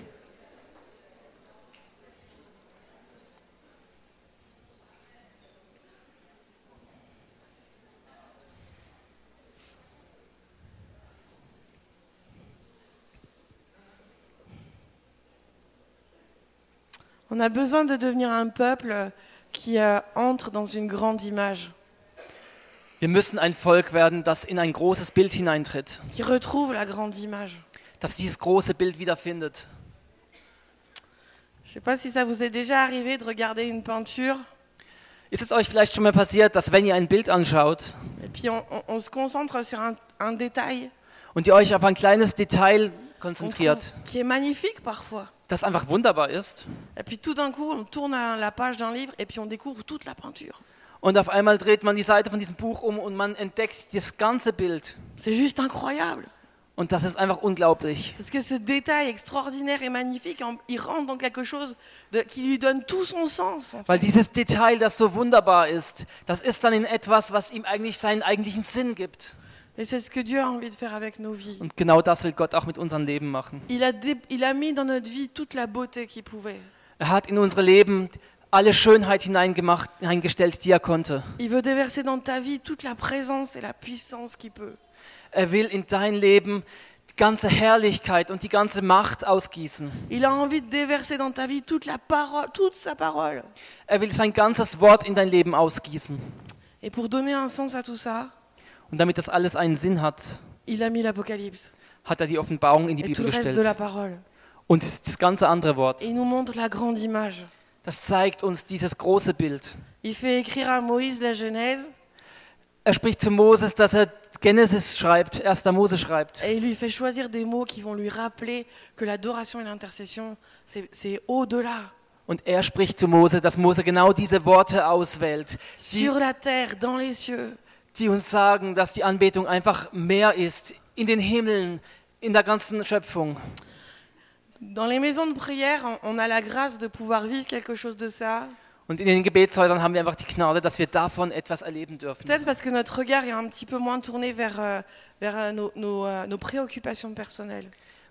S1: On a besoin de devenir un peuple qui euh, entre dans une grande image,
S2: Wir müssen ein Volk werden, das in ein großes Bild hineintritt,
S1: qui retrouve la grande image.
S2: das dieses große Bild wiederfindet.
S1: Je sais pas si ça vous est déjà arrivé de regarder une peinture
S2: Ist es euch vielleicht schon mal passiert, dass wenn ihr ein Bild anschaut
S1: et puis on, on- on se concentre sur un, un détail
S2: und ihr euch auf ein kleines Detail
S1: qu'on
S2: konzentriert,
S1: trouve- qui est magnifique parfois.
S2: das einfach wunderbar ist,
S1: Et puis tout d'un coup, on tourne à la page d'un livre et puis on découvre toute la peinture.
S2: und auf einmal dreht man die Seite von diesem Buch um und man entdeckt das ganze Bild.
S1: C'est juste incroyable.
S2: Und das ist einfach unglaublich.
S1: Parce que ce détail extraordinaire et magnifique, en- il rentre dans quelque chose de- qui lui donne tout son sens. en fait.
S2: Weil dieses Detail, das so wunderbar ist, das ist dann in etwas, was ihm eigentlich seinen eigentlichen Sinn gibt.
S1: Et c'est ce que Dieu a envie de faire avec nos vies.
S2: Und genau das will Gott auch mit unserem Leben machen.
S1: Il a, dé- il a mis dans notre vie toute la beauté qu'il pouvait.
S2: Er hat in unsere Leben alle Schönheit hineingemacht, hineingestellt, die er konnte.
S1: Il veut déverser dans ta vie toute la présence et la puissance qu'il peut.
S2: Er will in dein Leben die ganze Herrlichkeit und die ganze Macht ausgießen.
S1: Il a envie de déverser dans ta vie toute la parole, toute sa parole.
S2: Er will sein ganzes Wort in dein Leben ausgießen.
S1: Et pour donner un sens à tout ça,
S2: Und damit das alles einen Sinn hat,
S1: il a mis l'Apocalypse
S2: hat er die Offenbarung in die
S1: et tout
S2: Bibel
S1: le reste de la
S2: gestellt.
S1: parole.
S2: Und das ganze andere Wort,
S1: Et il nous montre la grande image.
S2: das zeigt uns dieses große Bild.
S1: Il fait écrire à Moïse la Genèse
S2: Er spricht zu Moses, dass er Genesis schreibt, 1. Mose schreibt.
S1: et il lui fait choisir des mots qui vont lui rappeler que l'adoration et l'intercession, c'est- c'est au-delà,
S2: Und er spricht zu Mose, dass Mose genau diese Worte auswählt, die,
S1: sur la terre, dans les cieux.
S2: die uns sagen, dass die Anbetung einfach mehr ist, in den Himmeln, in der ganzen Schöpfung.
S1: Dans les maisons de prière, on on a la grâce de pouvoir vivre quelque chose de ça.
S2: Und in den Gebetshäusern haben wir einfach die Gnade, dass wir davon etwas erleben dürfen.
S1: Peut-être parce que notre regard est un petit peu moins tourné vers, euh, vers euh, nos, nos, euh, nos préoccupations personnelles.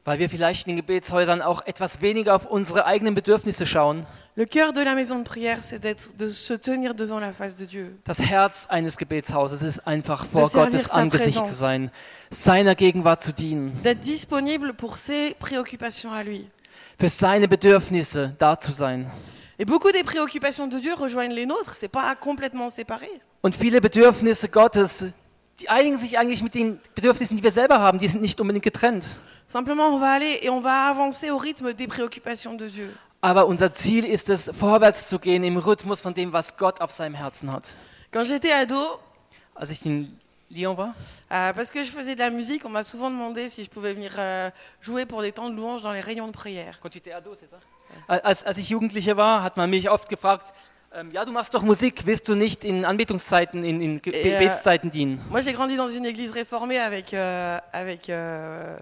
S2: Weil wir vielleicht in den Gebetshäusern auch etwas weniger auf unsere eigenen Bedürfnisse schauen.
S1: Le cœur de la maison de prière, c'est d'être- de se tenir devant la face de Dieu.
S2: Das Herz eines Gebetshauses ist einfach vor
S1: servir
S2: Gottes
S1: sa
S2: Angesicht zu
S1: présence.
S2: sein, seiner Gegenwart zu dienen,
S1: d'être disponible pour ses préoccupations à lui.
S2: für seine Bedürfnisse da zu sein.
S1: Et beaucoup des préoccupations de Dieu rejoignent les nôtres, c'est pas complètement séparé.
S2: Und viele Bedürfnisse Gottes, die einigen sich eigentlich mit den Bedürfnissen, die wir selber haben, die sind nicht unbedingt getrennt.
S1: Simplement, on va aller et on va avancer au rythme des préoccupations de Dieu.
S2: Aber unser Ziel ist es, vorwärts zu gehen im Rhythmus von dem, was Gott auf seinem Herzen hat.
S1: Quand j'étais ado,
S2: Als ich in Lyon war,
S1: euh, parce que je faisais de la musique, on m'a souvent demandé si je pouvais venir euh, jouer pour des temps de louange dans les rayons de prière.
S2: Äh, Als, als ich Jugendlicher war, hat man mich oft gefragt, ähm, ja, du machst doch Musik, willst du nicht in Anbetungszeiten, in, in Ge-
S1: Ja.
S2: Gebetszeiten dienen?
S1: Moi, j'ai grandi dans une église réformée avec, euh, avec, euh,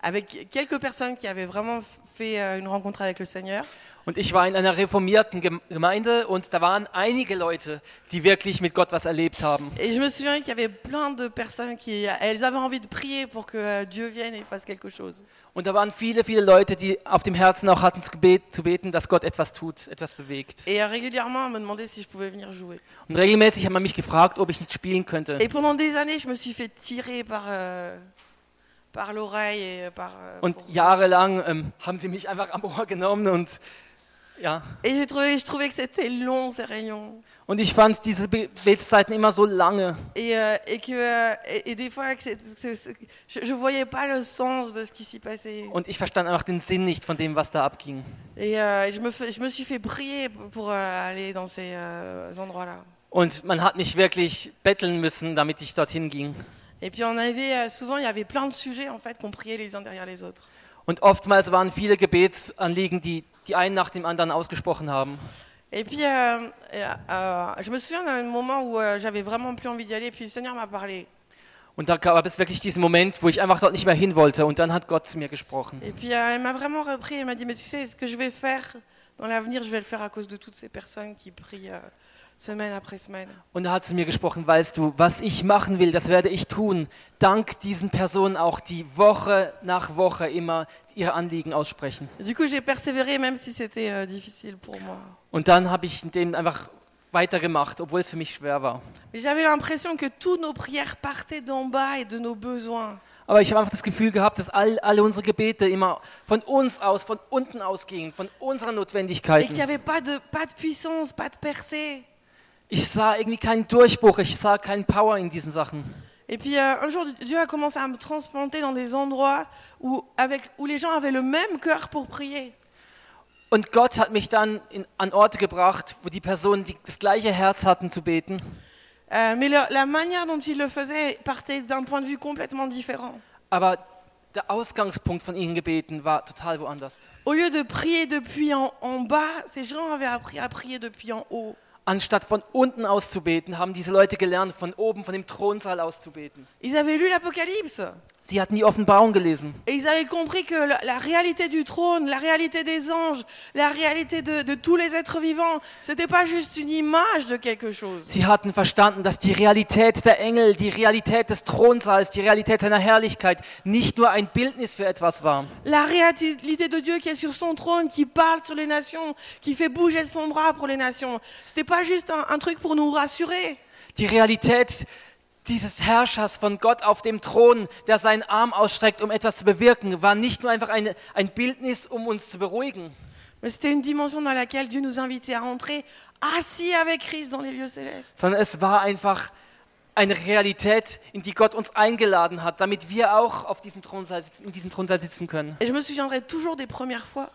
S1: avec quelques personnes qui avaient vraiment fait euh, une rencontre avec le Seigneur.
S2: Und ich war in einer reformierten Gem- Gemeinde und da waren einige Leute, die wirklich mit Gott was erlebt haben.
S1: Et je me souviens qu'il y avait plein de personnes qui elles avaient envie de prier pour que euh, Dieu vienne et fasse quelque chose.
S2: Und da waren viele, viele Leute, die auf dem Herzen auch hatten, zu, gebet, zu beten, dass Gott etwas tut, etwas bewegt.
S1: Et euh, régulièrement, on me demandait si je pouvais venir jouer.
S2: Und regelmäßig hat man mich gefragt, ob ich nicht spielen könnte.
S1: Et pendant des années, je me suis fait tirer par, euh, par l'oreille et par. euh,
S2: Und
S1: pour-
S2: jahrelang ähm, haben sie mich einfach am Ohr genommen und ja.
S1: Et j'ai trouvé, je trouvais que c'était long ces réunions.
S2: Und ich fand diese Be- Gebetszeiten immer so lange.
S1: Et, euh, et que euh, et, et des fois, que c'est- c'est- c'est- je, je voyais pas le sens de ce qui s'y passait.
S2: Und ich verstand einfach den Sinn nicht von dem, was da abging.
S1: Et euh, je, me fais- je me suis fait prier pour euh, aller dans ces euh, endroits-là.
S2: Und man hat mich wirklich betteln müssen, damit ich dorthin ging.
S1: Et puis on avait euh, souvent, il y avait plein de sujets en fait qu'on priait les uns derrière les autres.
S2: Und oftmals waren viele Gebetsanliegen, die die einen nach dem anderen ausgesprochen haben.
S1: Et puis euh, et, euh, je me souviens d'un moment où euh, j'avais vraiment plus envie d'y aller, puis le Seigneur m'a parlé.
S2: Und da gab es wirklich diesen Moment, wo ich einfach dort nicht mehr hin wollte. Und dann hat Gott zu mir gesprochen.
S1: Et puis euh, il m'a vraiment repris et m'a dit mais tu sais ce que je vais faire dans l'avenir, je vais le faire à cause de toutes ces personnes qui prient euh, semaine après semaine.
S2: Und er hat zu mir gesprochen, weißt du, was ich machen will, das werde ich tun. Dank diesen Personen auch, die Woche nach Woche immer ihre Anliegen aussprechen.
S1: Et du coup j'ai persévéré même si c'était euh, difficile pour moi.
S2: Und dann habe ich dem einfach weitergemacht, obwohl es für mich schwer war.
S1: Mais j'avais l'impression que toutes nos prières partaient d'en bas et de nos besoins.
S2: Aber ich habe einfach das Gefühl gehabt, dass all, alle unsere Gebete immer von uns aus, von unten ausgingen, von unseren
S1: Et qu'il n'y
S2: Notwendigkeiten.
S1: avait pas de, pas de puissance, pas de percée.
S2: Ich sah irgendwie keinen Durchbruch, ich sah keinen Power in diesen Sachen.
S1: Et puis euh, un jour, Dieu a commencé à me transplanter dans des endroits où, avec, où les gens avaient le même cœur pour prier.
S2: Und Gott hat mich dann in, an Orte gebracht, wo die Personen, die das gleiche Herz hatten zu beten,
S1: Euh, mais le- la manière dont ils le faisaient partait d'un point de vue complètement différent.
S2: aber der Ausgangspunkt von ihren Gebeten war total woanders.
S1: Au lieu de prier depuis en, en bas, ces gens avaient appris à prier depuis en haut.
S2: Anstatt von unten aus zu beten, haben diese Leute gelernt, von oben, von dem Thronsaal aus zu beten.
S1: Ils avaient lu l'Apocalypse.
S2: Sie hatten die Offenbarung gelesen.
S1: Et ils avaient compris que la, la réalité du trône, la réalité des anges, la réalité de, de tous les êtres vivants, c'était pas juste une image de quelque chose.
S2: Sie hatten verstanden, dass die Realität der Engel, die Realität des Thronsaals, die Realität seiner Herrlichkeit nicht nur ein Bildnis für etwas war.
S1: La réalité de Dieu qui est sur son trône, qui parle sur les nations, qui fait bouger son bras pour les nations. C'était pas juste un, un truc pour nous rassurer.
S2: Die Realität dieses Herrschers von Gott auf dem Thron, der seinen Arm ausstreckt, um etwas zu bewirken, war nicht nur einfach eine, ein Bildnis, um uns zu beruhigen.
S1: Mais c'était une dimension dans laquelle Dieu nous invitait à rentrer assis avec Christ dans les lieux célestes.
S2: sondern es war einfach eine Realität, in die Gott uns eingeladen hat, damit wir auch auf diesem Thronsaal sitzen, in diesem Thronsaal sitzen können.
S1: Et je me souviendrai toujours des premières fois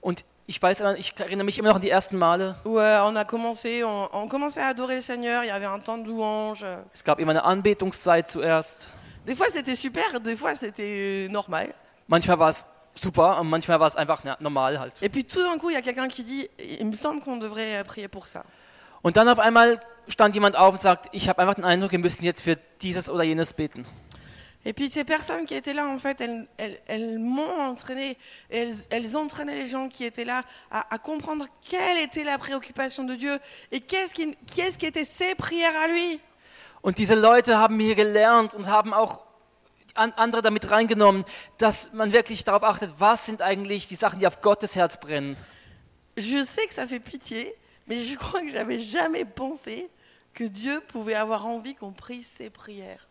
S2: Und ich weiß, immer- ich erinnere mich immer noch an die ersten Male.
S1: où euh, on a commencé, on, on commençait à adorer le Seigneur, il y avait un temps de louange. euh,
S2: Es gab immer eine Anbetungszeit zuerst.
S1: Des fois c'était super, des fois c'était euh, normal.
S2: Manchmal war es super und manchmal war es einfach na, normal halt.
S1: Et puis tout d'un coup, il y a quelqu'un qui dit Il me semble qu'on devrait euh, prier pour ça.
S2: Und dann auf einmal stand jemand auf und sagt, ich habe einfach den Eindruck, wir müssen jetzt für dieses oder jenes beten.
S1: Et puis ces personnes qui étaient là, en fait, elles, elles- elles m'ont entraîné, elles, elles entraînaient les gens qui étaient là à, à comprendre quelle était la préoccupation de Dieu et qu'est-ce qui, qu'est-ce qui étaient ses prières à lui.
S2: Und diese Leute haben hier gelernt und haben auch an, andere damit reingenommen, dass man wirklich darauf achtet, was sind eigentlich die Sachen, die auf Gottes Herz brennen.
S1: Je sais que ça fait pitié, mais je crois que j'avais jamais pensé que Dieu pouvait avoir envie qu'on prie ses prières.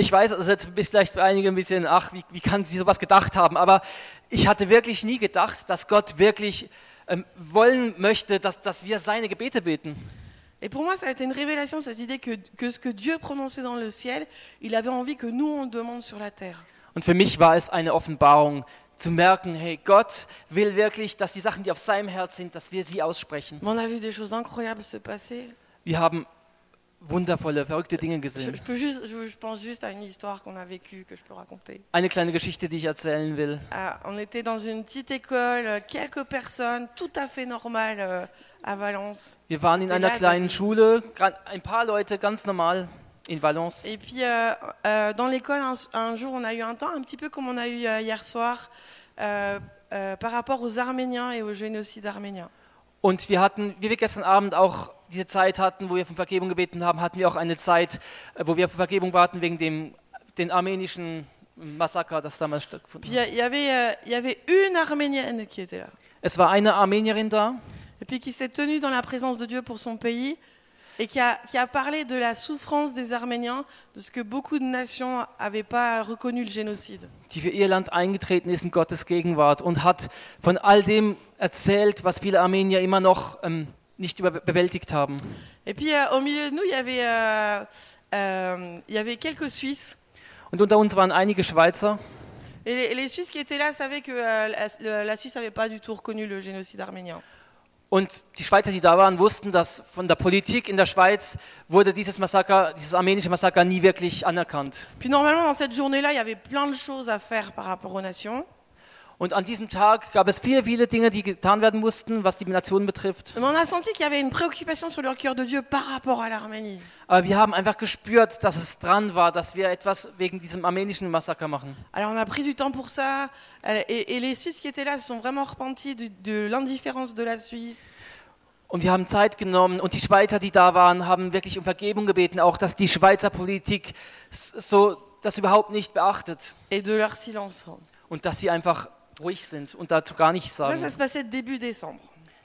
S2: Ich weiß, also jetzt ist vielleicht für einige ein bisschen, ach, wie, wie kann sie sowas gedacht haben, aber ich hatte wirklich nie gedacht, dass Gott wirklich ähm, wollen möchte, dass, dass wir seine Gebete beten.
S1: Et pour moi, ça a été une révélation, cette idée que, que ce que Dieu prononçait dans le ciel, il avait envie que nous, on le demande sur la terre.
S2: Und für mich war es eine Offenbarung, zu merken, hey, Gott will wirklich, dass die Sachen, die auf seinem Herz sind, dass wir sie aussprechen.
S1: Mais On a vu des choses incroyables se passer.
S2: Wir haben wundervolle, verrückte Dinge
S1: Je,
S2: gesehen.
S1: je peux juste, je, je pense juste à une histoire qu'on a vécue, que je peux raconter.
S2: Eine kleine Geschichte, die ich erzählen will.
S1: Ah, on était dans une petite école, euh, quelques personnes, tout à fait normales euh, à Valence.
S2: Wir waren in einer kleinen Schule, gra- ein paar Leute, ganz normal, in Valence.
S1: Et puis, euh, euh, dans l'école, un, un jour, on a eu un temps, un petit peu comme on a eu euh, hier soir, euh, euh, par rapport aux Arméniens et au génocide arménien.
S2: Und wir hatten, wie wir gestern Abend auch diese Zeit hatten, wo wir von Vergebung gebeten haben, hatten wir auch eine Zeit, äh, wo wir von Vergebung baten wegen dem den armenischen Massaker, das damals
S1: Puis,
S2: stattgefunden
S1: il
S2: hat.
S1: y a- il y avait, euh, il y avait une Arménienne qui était là.
S2: Es war eine Armenierin da
S1: et puis qui s'est tenu dans la présence de Dieu pour son pays et qui a, qui a parlé de la souffrance des Arméniens, de ce que beaucoup de nations n'avaient pas reconnu le génocide.
S2: die für ihr Land eingetreten ist in Gottes Gegenwart und hat von all dem erzählt, was viele Armenier immer noch ähm, nicht überwältigt haben.
S1: Et puis euh, au milieu de nous, il y avait, euh, euh, il y avait quelques Suisses.
S2: Und unter uns waren einige Schweizer.
S1: Et les, et les Suisses qui étaient là savaient que euh, la, le- la Suisse n'avait pas du tout reconnu le génocide arménien.
S2: Und die Schweizer, die da waren, wussten, dass von der Politik in der Schweiz wurde dieses Massaker, dieses armenische Massaker nie wirklich anerkannt.
S1: Puis normalement, dans cette journée-là, il y avait plein de choses à faire par rapport aux nations.
S2: Und an diesem Tag gab es viele, viele Dinge, die getan werden mussten, was die Nation betrifft.
S1: Mais on a senti qu'il y avait une préoccupation sur le cœur de Dieu par rapport à l'Arménie.
S2: Aber wir haben einfach gespürt, dass es dran war, dass wir etwas wegen diesem armenischen Massaker machen.
S1: Alors on a pris du temps pour ça, euh, et, et les Suisses qui étaient là se sont vraiment repentis du- de l'indifférence de la Suisse.
S2: Und wir haben Zeit genommen und die Schweizer, die da waren, haben wirklich um Vergebung gebeten, auch dass die Schweizer Politik s- so das überhaupt nicht beachtet
S1: Et de leur silence.
S2: und dass sie einfach ruhig sind und dazu gar nichts
S1: Ça, ça
S2: sagen.
S1: se passait début décembre.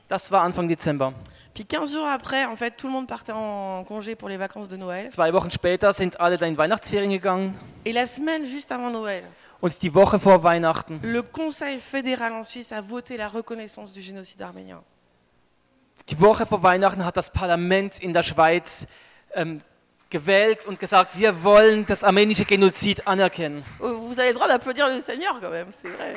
S2: Das war Anfang Dezember.
S1: Puis 15 jours après, en fait, tout le monde partait en congé pour les vacances de Noël.
S2: Zwei Wochen später sind alle dann in Weihnachtsferien gegangen
S1: Et la semaine juste avant Noël,
S2: und die Woche vor Weihnachten
S1: le Conseil fédéral en Suisse a voté la reconnaissance du génocide arménien.
S2: Die Woche vor Weihnachten hat das Parlament in der Schweiz ähm, gewählt und gesagt, wir wollen das armenische Genozid anerkennen.
S1: Oh, Vous avez le droit d'applaudir le Seigneur quand même, c'est vrai.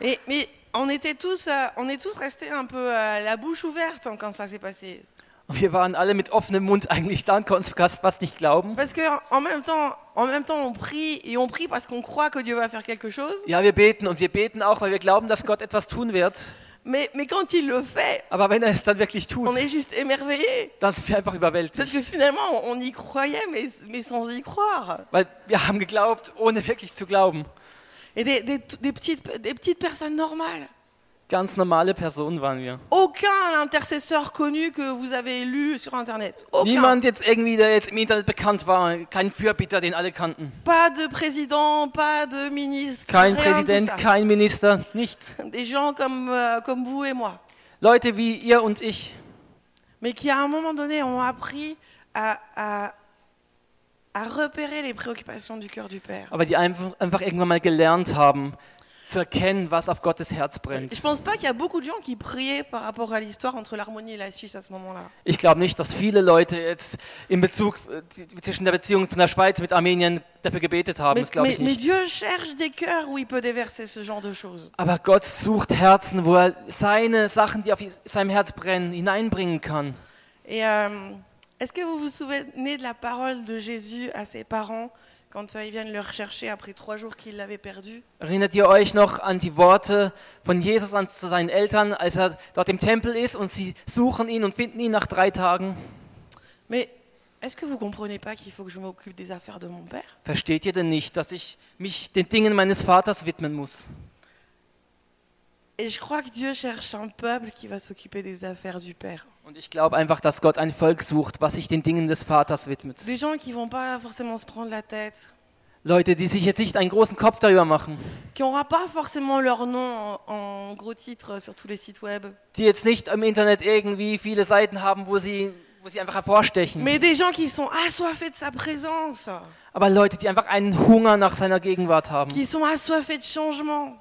S1: Et, mais on était tous, euh, on est tous restés un peu euh, la bouche ouverte quand ça s'est passé,
S2: Und wir waren alle mit offenem Mund eigentlich da und konnten es fast nicht glauben.
S1: parce que en même temps, en même temps, on prie et on prie parce qu'on croit que Dieu va faire quelque chose,
S2: Ja, wir beten und wir beten auch, weil wir glauben, dass Gott etwas tun wird.
S1: Mais, mais quand il le fait,
S2: Aber wenn er es dann wirklich
S1: on
S2: tut,
S1: est juste émerveillé.
S2: dann sind wir einfach
S1: Parce
S2: überwältigt.
S1: que finalement, on y croyait, mais, mais sans y croire.
S2: Weil wir haben geglaubt, ohne wirklich zu glauben.
S1: Et des, des- des petites, des petites personnes normales.
S2: Ganz normale Personen waren wir.
S1: Aucun intercesseur connu que vous avez lu sur Internet. Aucun.
S2: Niemand jetzt irgendwie, der jetzt im Internet bekannt war. Kein Fürbitter, den alle kannten.
S1: Pas de président, pas de ministre. rien
S2: Kein
S1: de tout
S2: Präsident,
S1: ça.
S2: kein Minister, nichts.
S1: Des gens comme, euh, comme vous et moi.
S2: Leute wie ihr und ich,
S1: Mais qui, à un moment donné, ont appris à, à, à repérer les préoccupations du cœur du Père.
S2: aber die einfach, einfach irgendwann mal gelernt haben, zu erkennen, was auf Gottes Herz
S1: Je
S2: brennt.
S1: pense pas qu'il y a beaucoup de gens qui priaient par rapport à l'histoire entre l'Harmonie et la Suisse à ce moment-là.
S2: Ich glaube nicht, dass viele Leute jetzt in Bezug äh, die- zwischen der Beziehung von der Schweiz mit Armenien dafür gebetet haben.
S1: Mais,
S2: Das glaube ich
S1: mais- mais
S2: nicht.
S1: Dieu cherche des cœurs où il peut déverser ce genre de choses.
S2: Aber Gott sucht Herzen, wo er seine Sachen, die auf seinem Herz brennen, hineinbringen kann.
S1: Et euh, est-ce que vous vous souvenez de la parole de Jésus à ses parents quand euh, ils viennent le rechercher après trois jours qu'ils l'avaient perdu
S2: Erinnert ihr euch noch an die Worte von Jesus an, zu seinen Eltern, als er dort im Tempel ist und sie suchen ihn und finden ihn nach drei Tagen?
S1: Mais est-ce que vous comprenez pas qu'il faut que je m'occupe des affaires de mon père
S2: Versteht ihr denn nicht, dass ich mich den Dingen meines Vaters widmen muss?
S1: Et je crois que Dieu cherche un peuple qui va s'occuper des affaires du père.
S2: Und ich glaube einfach, dass Gott ein Volk sucht, was sich den Dingen des Vaters widmet.
S1: Des gens qui vont pas forcément se prendre la tête,
S2: Leute, die sich jetzt nicht einen großen Kopf darüber machen,
S1: qui n'aura pas forcément leur nom en, en gros titre sur tous les sites web,
S2: die jetzt nicht im Internet irgendwie viele Seiten haben, wo sie, wo sie einfach hervorstechen,
S1: mais des gens qui sont assoiffés de sa présence,
S2: aber Leute, die einfach einen Hunger nach seiner Gegenwart haben,
S1: qui sont assoiffés de changement.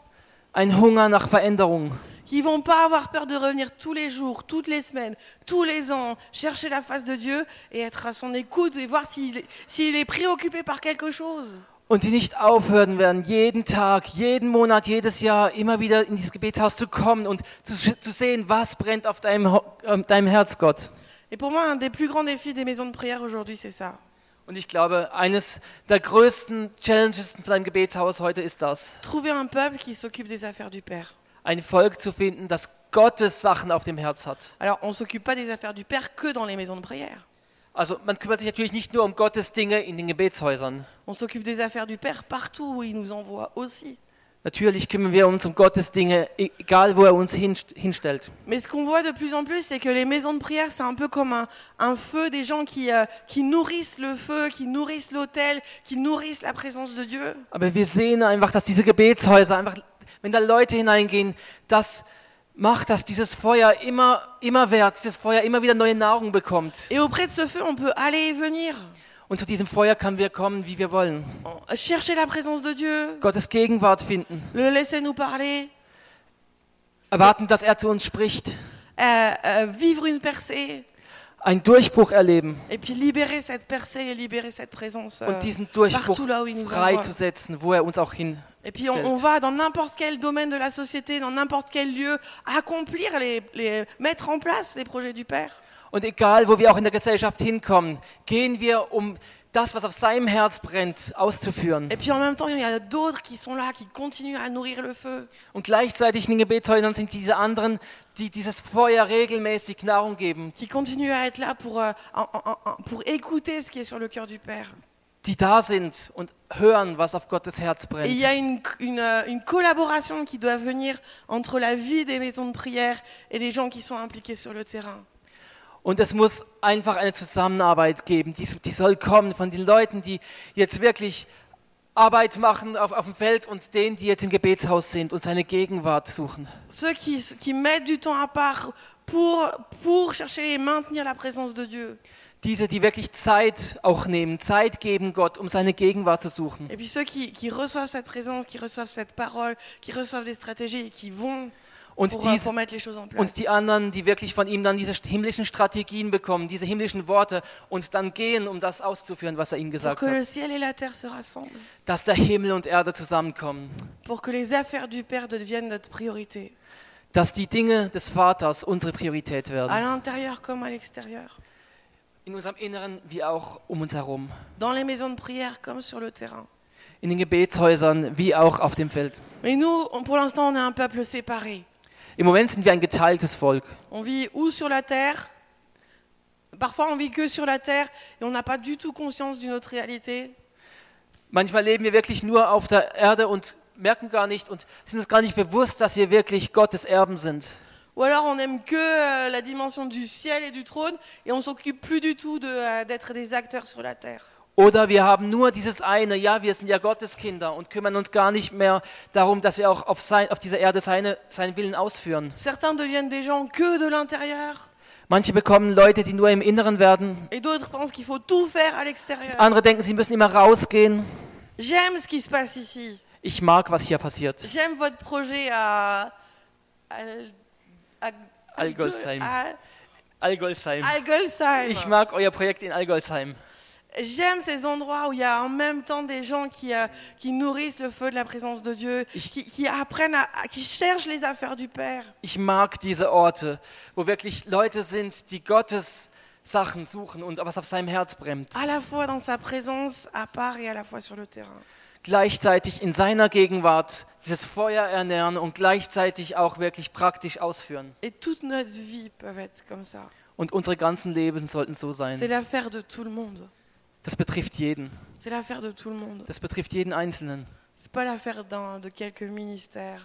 S2: einen Hunger nach Veränderung,
S1: qui vont pas avoir peur de revenir tous les jours, toutes les semaines, tous les ans, chercher la face de Dieu et être à son écoute et voir s'il est- s'il est préoccupé par quelque chose.
S2: und die nicht aufhören werden, jeden Tag, jeden Monat, jedes Jahr immer wieder in dieses Gebetshaus zu kommen und zu, sch- zu sehen, was brennt auf deinem, Ho- ähm, deinem Herz, Gott.
S1: Et pour moi, un des plus grands défis des maisons de prière aujourd'hui, c'est ça.
S2: Und ich glaube, eines der größten Challenges von deinem Gebetshaus heute ist das,
S1: Trouver un peuple qui s'occupe des affaires du Père.
S2: ein Volk zu finden, das Gottes Sachen auf dem Herz hat.
S1: Alors, on s'occupe pas des affaires du Père que dans les maisons de prière.
S2: Also man kümmert sich natürlich nicht nur um Gottes Dinge in den Gebetshäusern.
S1: On s'occupe des affaires du Père partout où il nous envoie aussi.
S2: Natürlich kümmern wir uns um Gottes Dinge, e- egal wo er uns hinst- hinstellt.
S1: Mais ce qu'on voit de plus en plus, c'est que les maisons de prière, c'est un peu comme un, un feu, des gens qui, euh, qui nourrissent le feu, qui nourrissent l'autel, qui nourrissent la présence de Dieu.
S2: Aber wir sehen einfach, dass diese Gebetshäuser einfach, wenn da Leute hineingehen, das macht, dass dieses Feuer immer, immer wert, dieses Feuer immer wieder neue Nahrung bekommt.
S1: Et auprès de ce feu, on peut aller et venir,
S2: Und zu diesem Feuer können wir kommen, wie wir wollen.
S1: en- chercher la présence de Dieu,
S2: Gottes Gegenwart finden.
S1: le laisser nous parler,
S2: Erwarten, dass er zu uns spricht.
S1: euh, euh, vivre une percée,
S2: Einen Durchbruch erleben
S1: et puis libérer cette percée et libérer cette présence. euh,
S2: und diesen Durchbruch
S1: partout là où il nous envoie.
S2: freizusetzen, wo er uns auch hin.
S1: Et puis on, on va dans n'importe quel domaine de la société, dans n'importe quel lieu, accomplir, les, les, mettre en place les projets du Père.
S2: Und egal, wo wir auch in der Gesellschaft hinkommen, gehen wir, um das, was auf seinem Herz brennt, auszuführen.
S1: Et puis en même temps, il y en a d'autres qui sont là, qui continuent à nourrir le feu.
S2: Und gleichzeitig in den Gebetshäusern sind diese anderen, die dieses Feuer regelmäßig Nahrung geben,
S1: qui continue à être là pour, euh, en- en- en- pour écouter ce qui est sur le cœur du Père.
S2: die da sind und hören, was auf Gottes
S1: Et
S2: Herz
S1: il
S2: brennt.
S1: y a une, une, euh, une collaboration qui doit venir entre la vie des maisons de prière et les gens qui sont impliqués sur le terrain.
S2: Und es muss einfach eine Zusammenarbeit geben, die, die soll kommen von den Leuten, die jetzt wirklich Arbeit machen auf, auf dem Feld und denen, die jetzt im Gebetshaus sind und seine Gegenwart suchen.
S1: Ceux qui, s- qui mettent du temps à part pour, pour chercher et maintenir la présence de Dieu.
S2: Diese, die wirklich Zeit auch nehmen, Zeit geben Gott, um seine Gegenwart zu suchen.
S1: Et puis ceux qui, qui reçoivent cette présence, qui reçoivent cette parole, qui reçoivent des stratégies et qui vont
S2: Und,
S1: pour, euh,
S2: dies,
S1: pour mettre les choses en place.
S2: und die anderen, die wirklich von ihm dann diese himmlischen Strategien bekommen, diese himmlischen Worte und dann gehen, um das auszuführen, was er ihnen
S1: Pour
S2: gesagt
S1: que
S2: hat.
S1: le ciel et la terre se rassemblent.
S2: Dass der Himmel und Erde zusammenkommen.
S1: Pour que les affaires du Père deviennent notre priorité.
S2: Dass die Dinge des Vaters unsere Priorität
S1: à
S2: werden.
S1: l'intérieur comme à l'extérieur,
S2: In unserem Inneren wie auch um uns herum.
S1: dans les maisons de prière comme sur le terrain.
S2: In den Gebetshäusern wie auch auf dem Feld.
S1: Mais nous, on- pour l'instant, on est un peuple séparé.
S2: Im Moment sind wir ein geteiltes Volk.
S1: On vit où sur la terre Parfois, on vit que sur la terre et on n'a pas du tout conscience d'une autre réalité.
S2: Manchmal leben wir wirklich nur auf der Erde und merken gar nicht und sind uns gar nicht bewusst, dass wir wirklich Gottes Erben sind.
S1: Ou alors, on aime que euh, la dimension du ciel et du trône et on s'occupe plus du tout de, euh, d'être des acteurs sur la terre.
S2: Oder wir haben nur dieses eine, ja, wir sind ja Gottes Kinder und kümmern uns gar nicht mehr darum, dass wir auch auf, sein, auf dieser Erde seine, seinen Willen ausführen.
S1: Certains deviennent des gens que de l'intérieur
S2: Manche bekommen Leute, die nur im Inneren werden.
S1: et d'autres pensent qu'il faut tout faire à l'extérieur.
S2: Andere denken, sie müssen immer rausgehen.
S1: J'aime ce qui se passe ici.
S2: Ich mag, was hier passiert.
S1: J'aime votre projet à. Al- à-
S2: Algolsheim.
S1: à-
S2: Allgolsheim.
S1: Algolsheim.
S2: Ich mag euer Projekt in Allgolsheim.
S1: J'aime ces endroits où il y a en même temps des gens qui, euh, qui nourrissent le feu de la présence de Dieu, qui, qui apprennent, à, à- qui cherchent les affaires du Père.
S2: Ich mag diese Orte, wo wirklich Leute sind, die Gottes Sachen suchen und was auf seinem Herz brennt.
S1: à la fois dans sa présence à part et à la fois sur le terrain.
S2: Gleichzeitig in seiner Gegenwart dieses Feuer ernähren und gleichzeitig auch wirklich praktisch ausführen.
S1: Et toute notre vie peut être comme ça.
S2: Und unsere ganzen Leben sollten so
S1: C'est
S2: sein.
S1: l'affaire de tout le monde.
S2: Das betrifft jeden.
S1: C'est l'affaire de tout le monde.
S2: Das betrifft jeden Einzelnen.
S1: C'est pas l'affaire d'un de quelques ministères.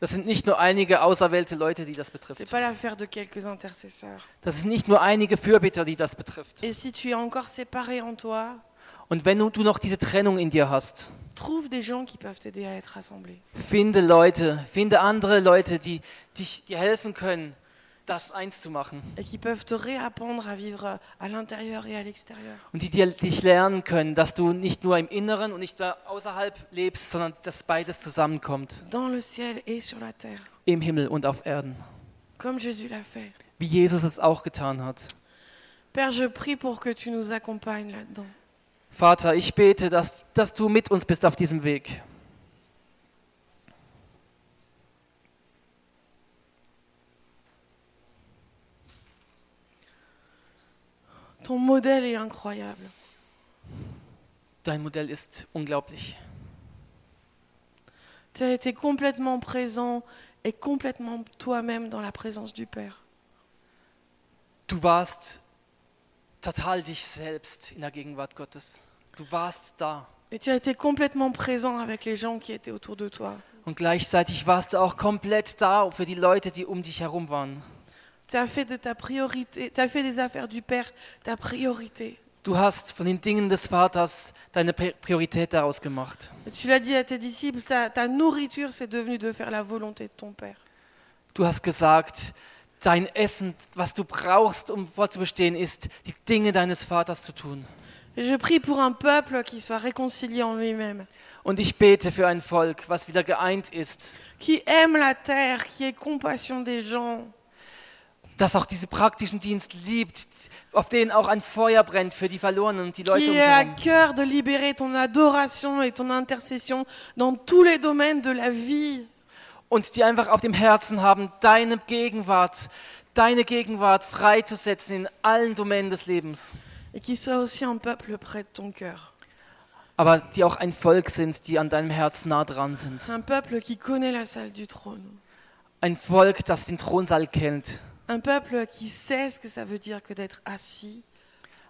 S2: Das sind nicht nur einige auserwählte Leute, die das
S1: C'est
S2: betrifft.
S1: pas l'affaire de quelques intercesseurs.
S2: Das sind nicht nur einige Fürbitter, die das betrifft.
S1: Et si tu es encore séparé en toi,
S2: Und wenn du du noch diese Trennung in dir hast,
S1: trouve des gens qui peuvent t'aider à être rassemblé.
S2: Finde Leute, finde andere Leute, die dich dir helfen können, das eins zu machen.
S1: et qui peuvent te réapprendre à vivre à l'intérieur et à l'extérieur.
S2: Und die dir, dich lernen können, dass du nicht nur im Inneren und nicht nur außerhalb lebst, sondern dass beides zusammenkommt.
S1: Dans le ciel et sur la terre,
S2: Im Himmel und auf Erden.
S1: comme Jésus l'a fait.
S2: Wie Jesus es auch getan hat.
S1: Père, je prie pour que tu nous accompagnes là-dedans.
S2: Vater, ich bete, dass, dass du mit uns bist auf diesem Weg.
S1: Ton modèle est incroyable.
S2: Dein Modell ist unglaublich.
S1: Tu as été complètement présent et complètement toi-même dans la présence du Père.
S2: Du warst total dich selbst in der Gegenwart Gottes. Du warst da.
S1: Et tu as été complètement présent avec les gens qui étaient autour de toi.
S2: Und gleichzeitig warst du auch komplett da für die Leute, die um dich herum waren.
S1: Tu as fait de ta priorité, tu as fait des affaires du Père ta priorité.
S2: Du hast von den Dingen des Vaters deine Pri- Priorität daraus gemacht.
S1: Et tu l'as dit à tes disciples, ta, ta nourriture, c'est devenu de faire la volonté de ton Père.
S2: Du hast gesagt, dein Essen, was du brauchst, um vorzubestehen, ist, die Dinge deines Vaters zu tun.
S1: Et je prie pour un peuple qui soit réconcilié en lui-même,
S2: Und ich bete für ein Volk, was wieder geeint ist,
S1: qui aime la terre, qui ait compassion des gens,
S2: das auch diesen praktischen Dienst liebt, auf denen auch ein Feuer brennt für die Verlorenen und die Leute um
S1: qui
S2: sich
S1: ait à
S2: herum.
S1: cœur de libérer ton adoration et ton intercession dans tous les domaines de la vie.
S2: und die einfach auf dem Herzen haben, deine Gegenwart, deine Gegenwart freizusetzen in allen Domänen des Lebens.
S1: Et qui soit aussi un peuple près de ton cœur.
S2: Aber die auch ein Volk sind, die an deinem Herz nah dran sind.
S1: Un peuple qui connaît la salle du trône.
S2: Ein Volk, das den Thronsaal kennt.
S1: Un peuple qui sait ce que ça veut dire que d'être assis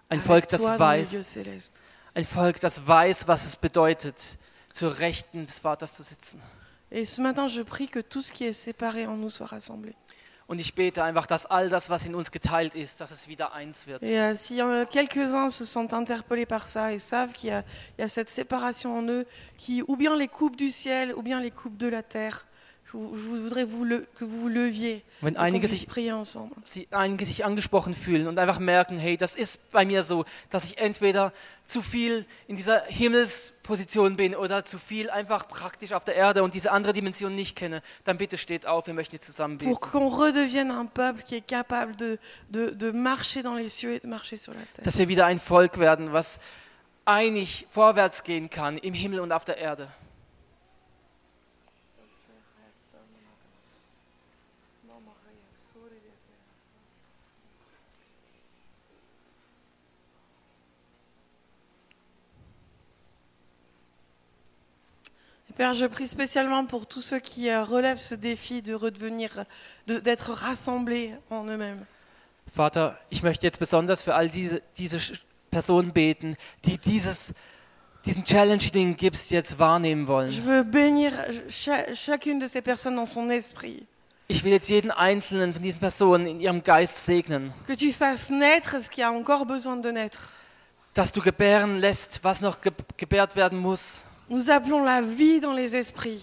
S2: Ein
S1: avec
S2: Volk, das
S1: toi dans le milieu
S2: weiß.
S1: céleste.
S2: Ein Volk, das weiß, was es bedeutet, zur Rechten des Vaters zu sitzen.
S1: Et ce matin, je prie que tout ce qui est séparé en nous soit rassemblé.
S2: Und ich bete einfach, dass all das, was in uns geteilt ist, dass es wieder eins wird.
S1: Et euh, si euh, quelques-uns se sentent interpellés par ça et savent qu'il y, a- il y a cette séparation en eux, qui ou bien les coupes du ciel, ou bien les coupes de la terre, je, vous- je voudrais vous le- que vous vous leviez
S2: Wenn
S1: et qu'on
S2: einige
S1: puisse
S2: sich,
S1: prier ensemble.
S2: sie, einige sich angesprochen fühlen und einfach merken, hey, das ist bei mir so, dass ich entweder zu viel in dieser Himmelsposition bin oder zu viel einfach praktisch auf der Erde und diese andere Dimension nicht kenne, dann bitte steht auf, wir möchten jetzt zusammen beten.
S1: Pour qu'on redevienne un peuple qui est capable de, de- de marcher dans les cieux et de marcher sur la terre.
S2: dass wir wieder ein Volk werden, was einig vorwärts gehen kann im Himmel und auf der Erde.
S1: Père, je prie spécialement pour tous ceux qui euh, relèvent ce défi de redevenir, de- d'être rassemblés en eux-mêmes.
S2: Vater, ich möchte jetzt besonders für all diese, diese Sch- Personen beten, die dieses, diesen Challenge, den du gibst, jetzt wahrnehmen
S1: Je
S2: wollen.
S1: veux bénir cha- chacune de ces personnes dans son esprit.
S2: Ich will jetzt jeden einzelnen von diesen Personen in ihrem Geist segnen,
S1: Que tu fasses naître ce qui a encore besoin de naître.
S2: dass du gebären lässt, was noch ge gebärt werden muss.
S1: Nous appelons la vie dans les esprits.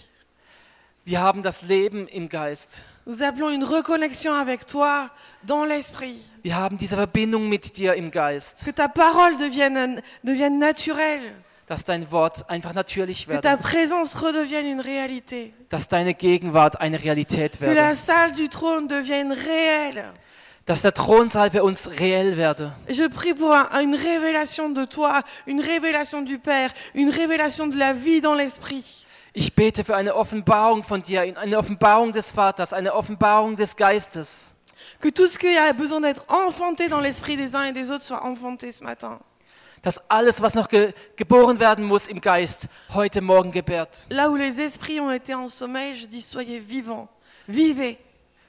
S2: Wir haben das Leben im Geist.
S1: Nous appelons une reconnexion avec toi dans l'esprit.
S2: Wir haben diese Verbindung mit dir im Geist,
S1: Que ta parole devienne, devienne naturelle.
S2: dass dein Wort einfach natürlich
S1: Que ta
S2: wird,
S1: présence redevienne une réalité.
S2: dass deine Gegenwart eine Realität
S1: Que la
S2: wird,
S1: salle du trône devienne réelle.
S2: dass der Thronsaal für uns reell werde.
S1: Je prie pour un- une révélation de toi, une révélation du Père, une révélation de la vie dans l'esprit.
S2: Ich bete für eine Offenbarung von dir, eine Offenbarung des Vaters, eine Offenbarung des Geistes,
S1: Que tout ce qui a besoin d'être enfanté dans l'esprit des uns et des autres soit enfanté ce matin.
S2: dass alles, was noch ge geboren werden muss im Geist, heute Morgen gebärt.
S1: Là où les esprits ont été en sommeil, je dis soyez vivants, vivez.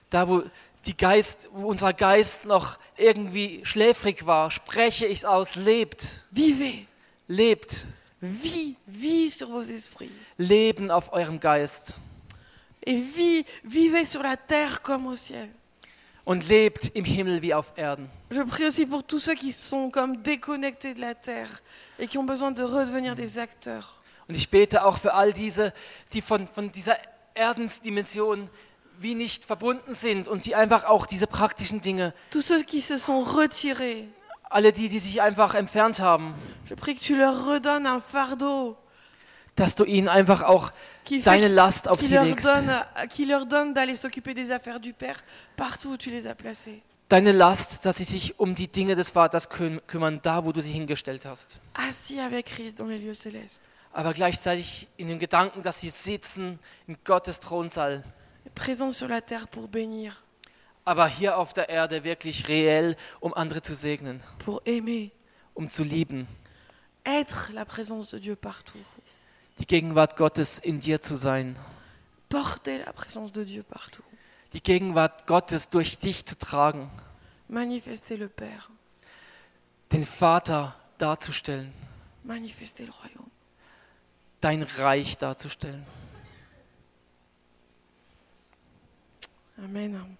S2: Da, wo, die Geist, wo unser Geist noch irgendwie schläfrig war, spreche ich es aus, lebt,
S1: Vivez,
S2: lebt,
S1: vis, vis sur vos esprits.
S2: leben auf eurem Geist
S1: Et vis, vivez sur la terre comme au ciel.
S2: und lebt im Himmel wie auf Erden.
S1: Je prie aussi pour tous ceux qui sont comme déconnectés de la terre et qui ont besoin de redevenir des acteurs.
S2: Und ich bete auch für all diese, die von, von dieser Erdensdimension wie nicht verbunden sind und die einfach auch diese praktischen Dinge
S1: Tous ceux qui se sont retirés.
S2: alle die, die sich einfach entfernt haben,
S1: Je prie que tu leur redonnes un fardeau
S2: dass du ihnen einfach auch
S1: qui, fait
S2: deine Last auf
S1: qui
S2: sie
S1: leur
S2: legst.
S1: donne, qui leur donne d'aller s'occuper des affaires du Père partout où tu les as placés.
S2: Deine Last, dass sie sich um die Dinge des Vaters küm kümmern, da wo du sie hingestellt hast.
S1: Assis avec Christ dans les lieux célestes.
S2: Aber gleichzeitig in dem Gedanken, dass sie sitzen in Gottes Thronsaal,
S1: Présents sur la terre pour bénir,
S2: aber hier auf der Erde wirklich reell, um andere zu segnen,
S1: pour aimer,
S2: um zu lieben,
S1: être la présence de Dieu partout.
S2: die Gegenwart Gottes in dir zu sein,
S1: Porter la présence de Dieu partout.
S2: die Gegenwart Gottes durch dich zu tragen,
S1: Manifester le Père.
S2: den Vater darzustellen,
S1: Manifester le royaume.
S2: dein Reich darzustellen.
S1: Amen.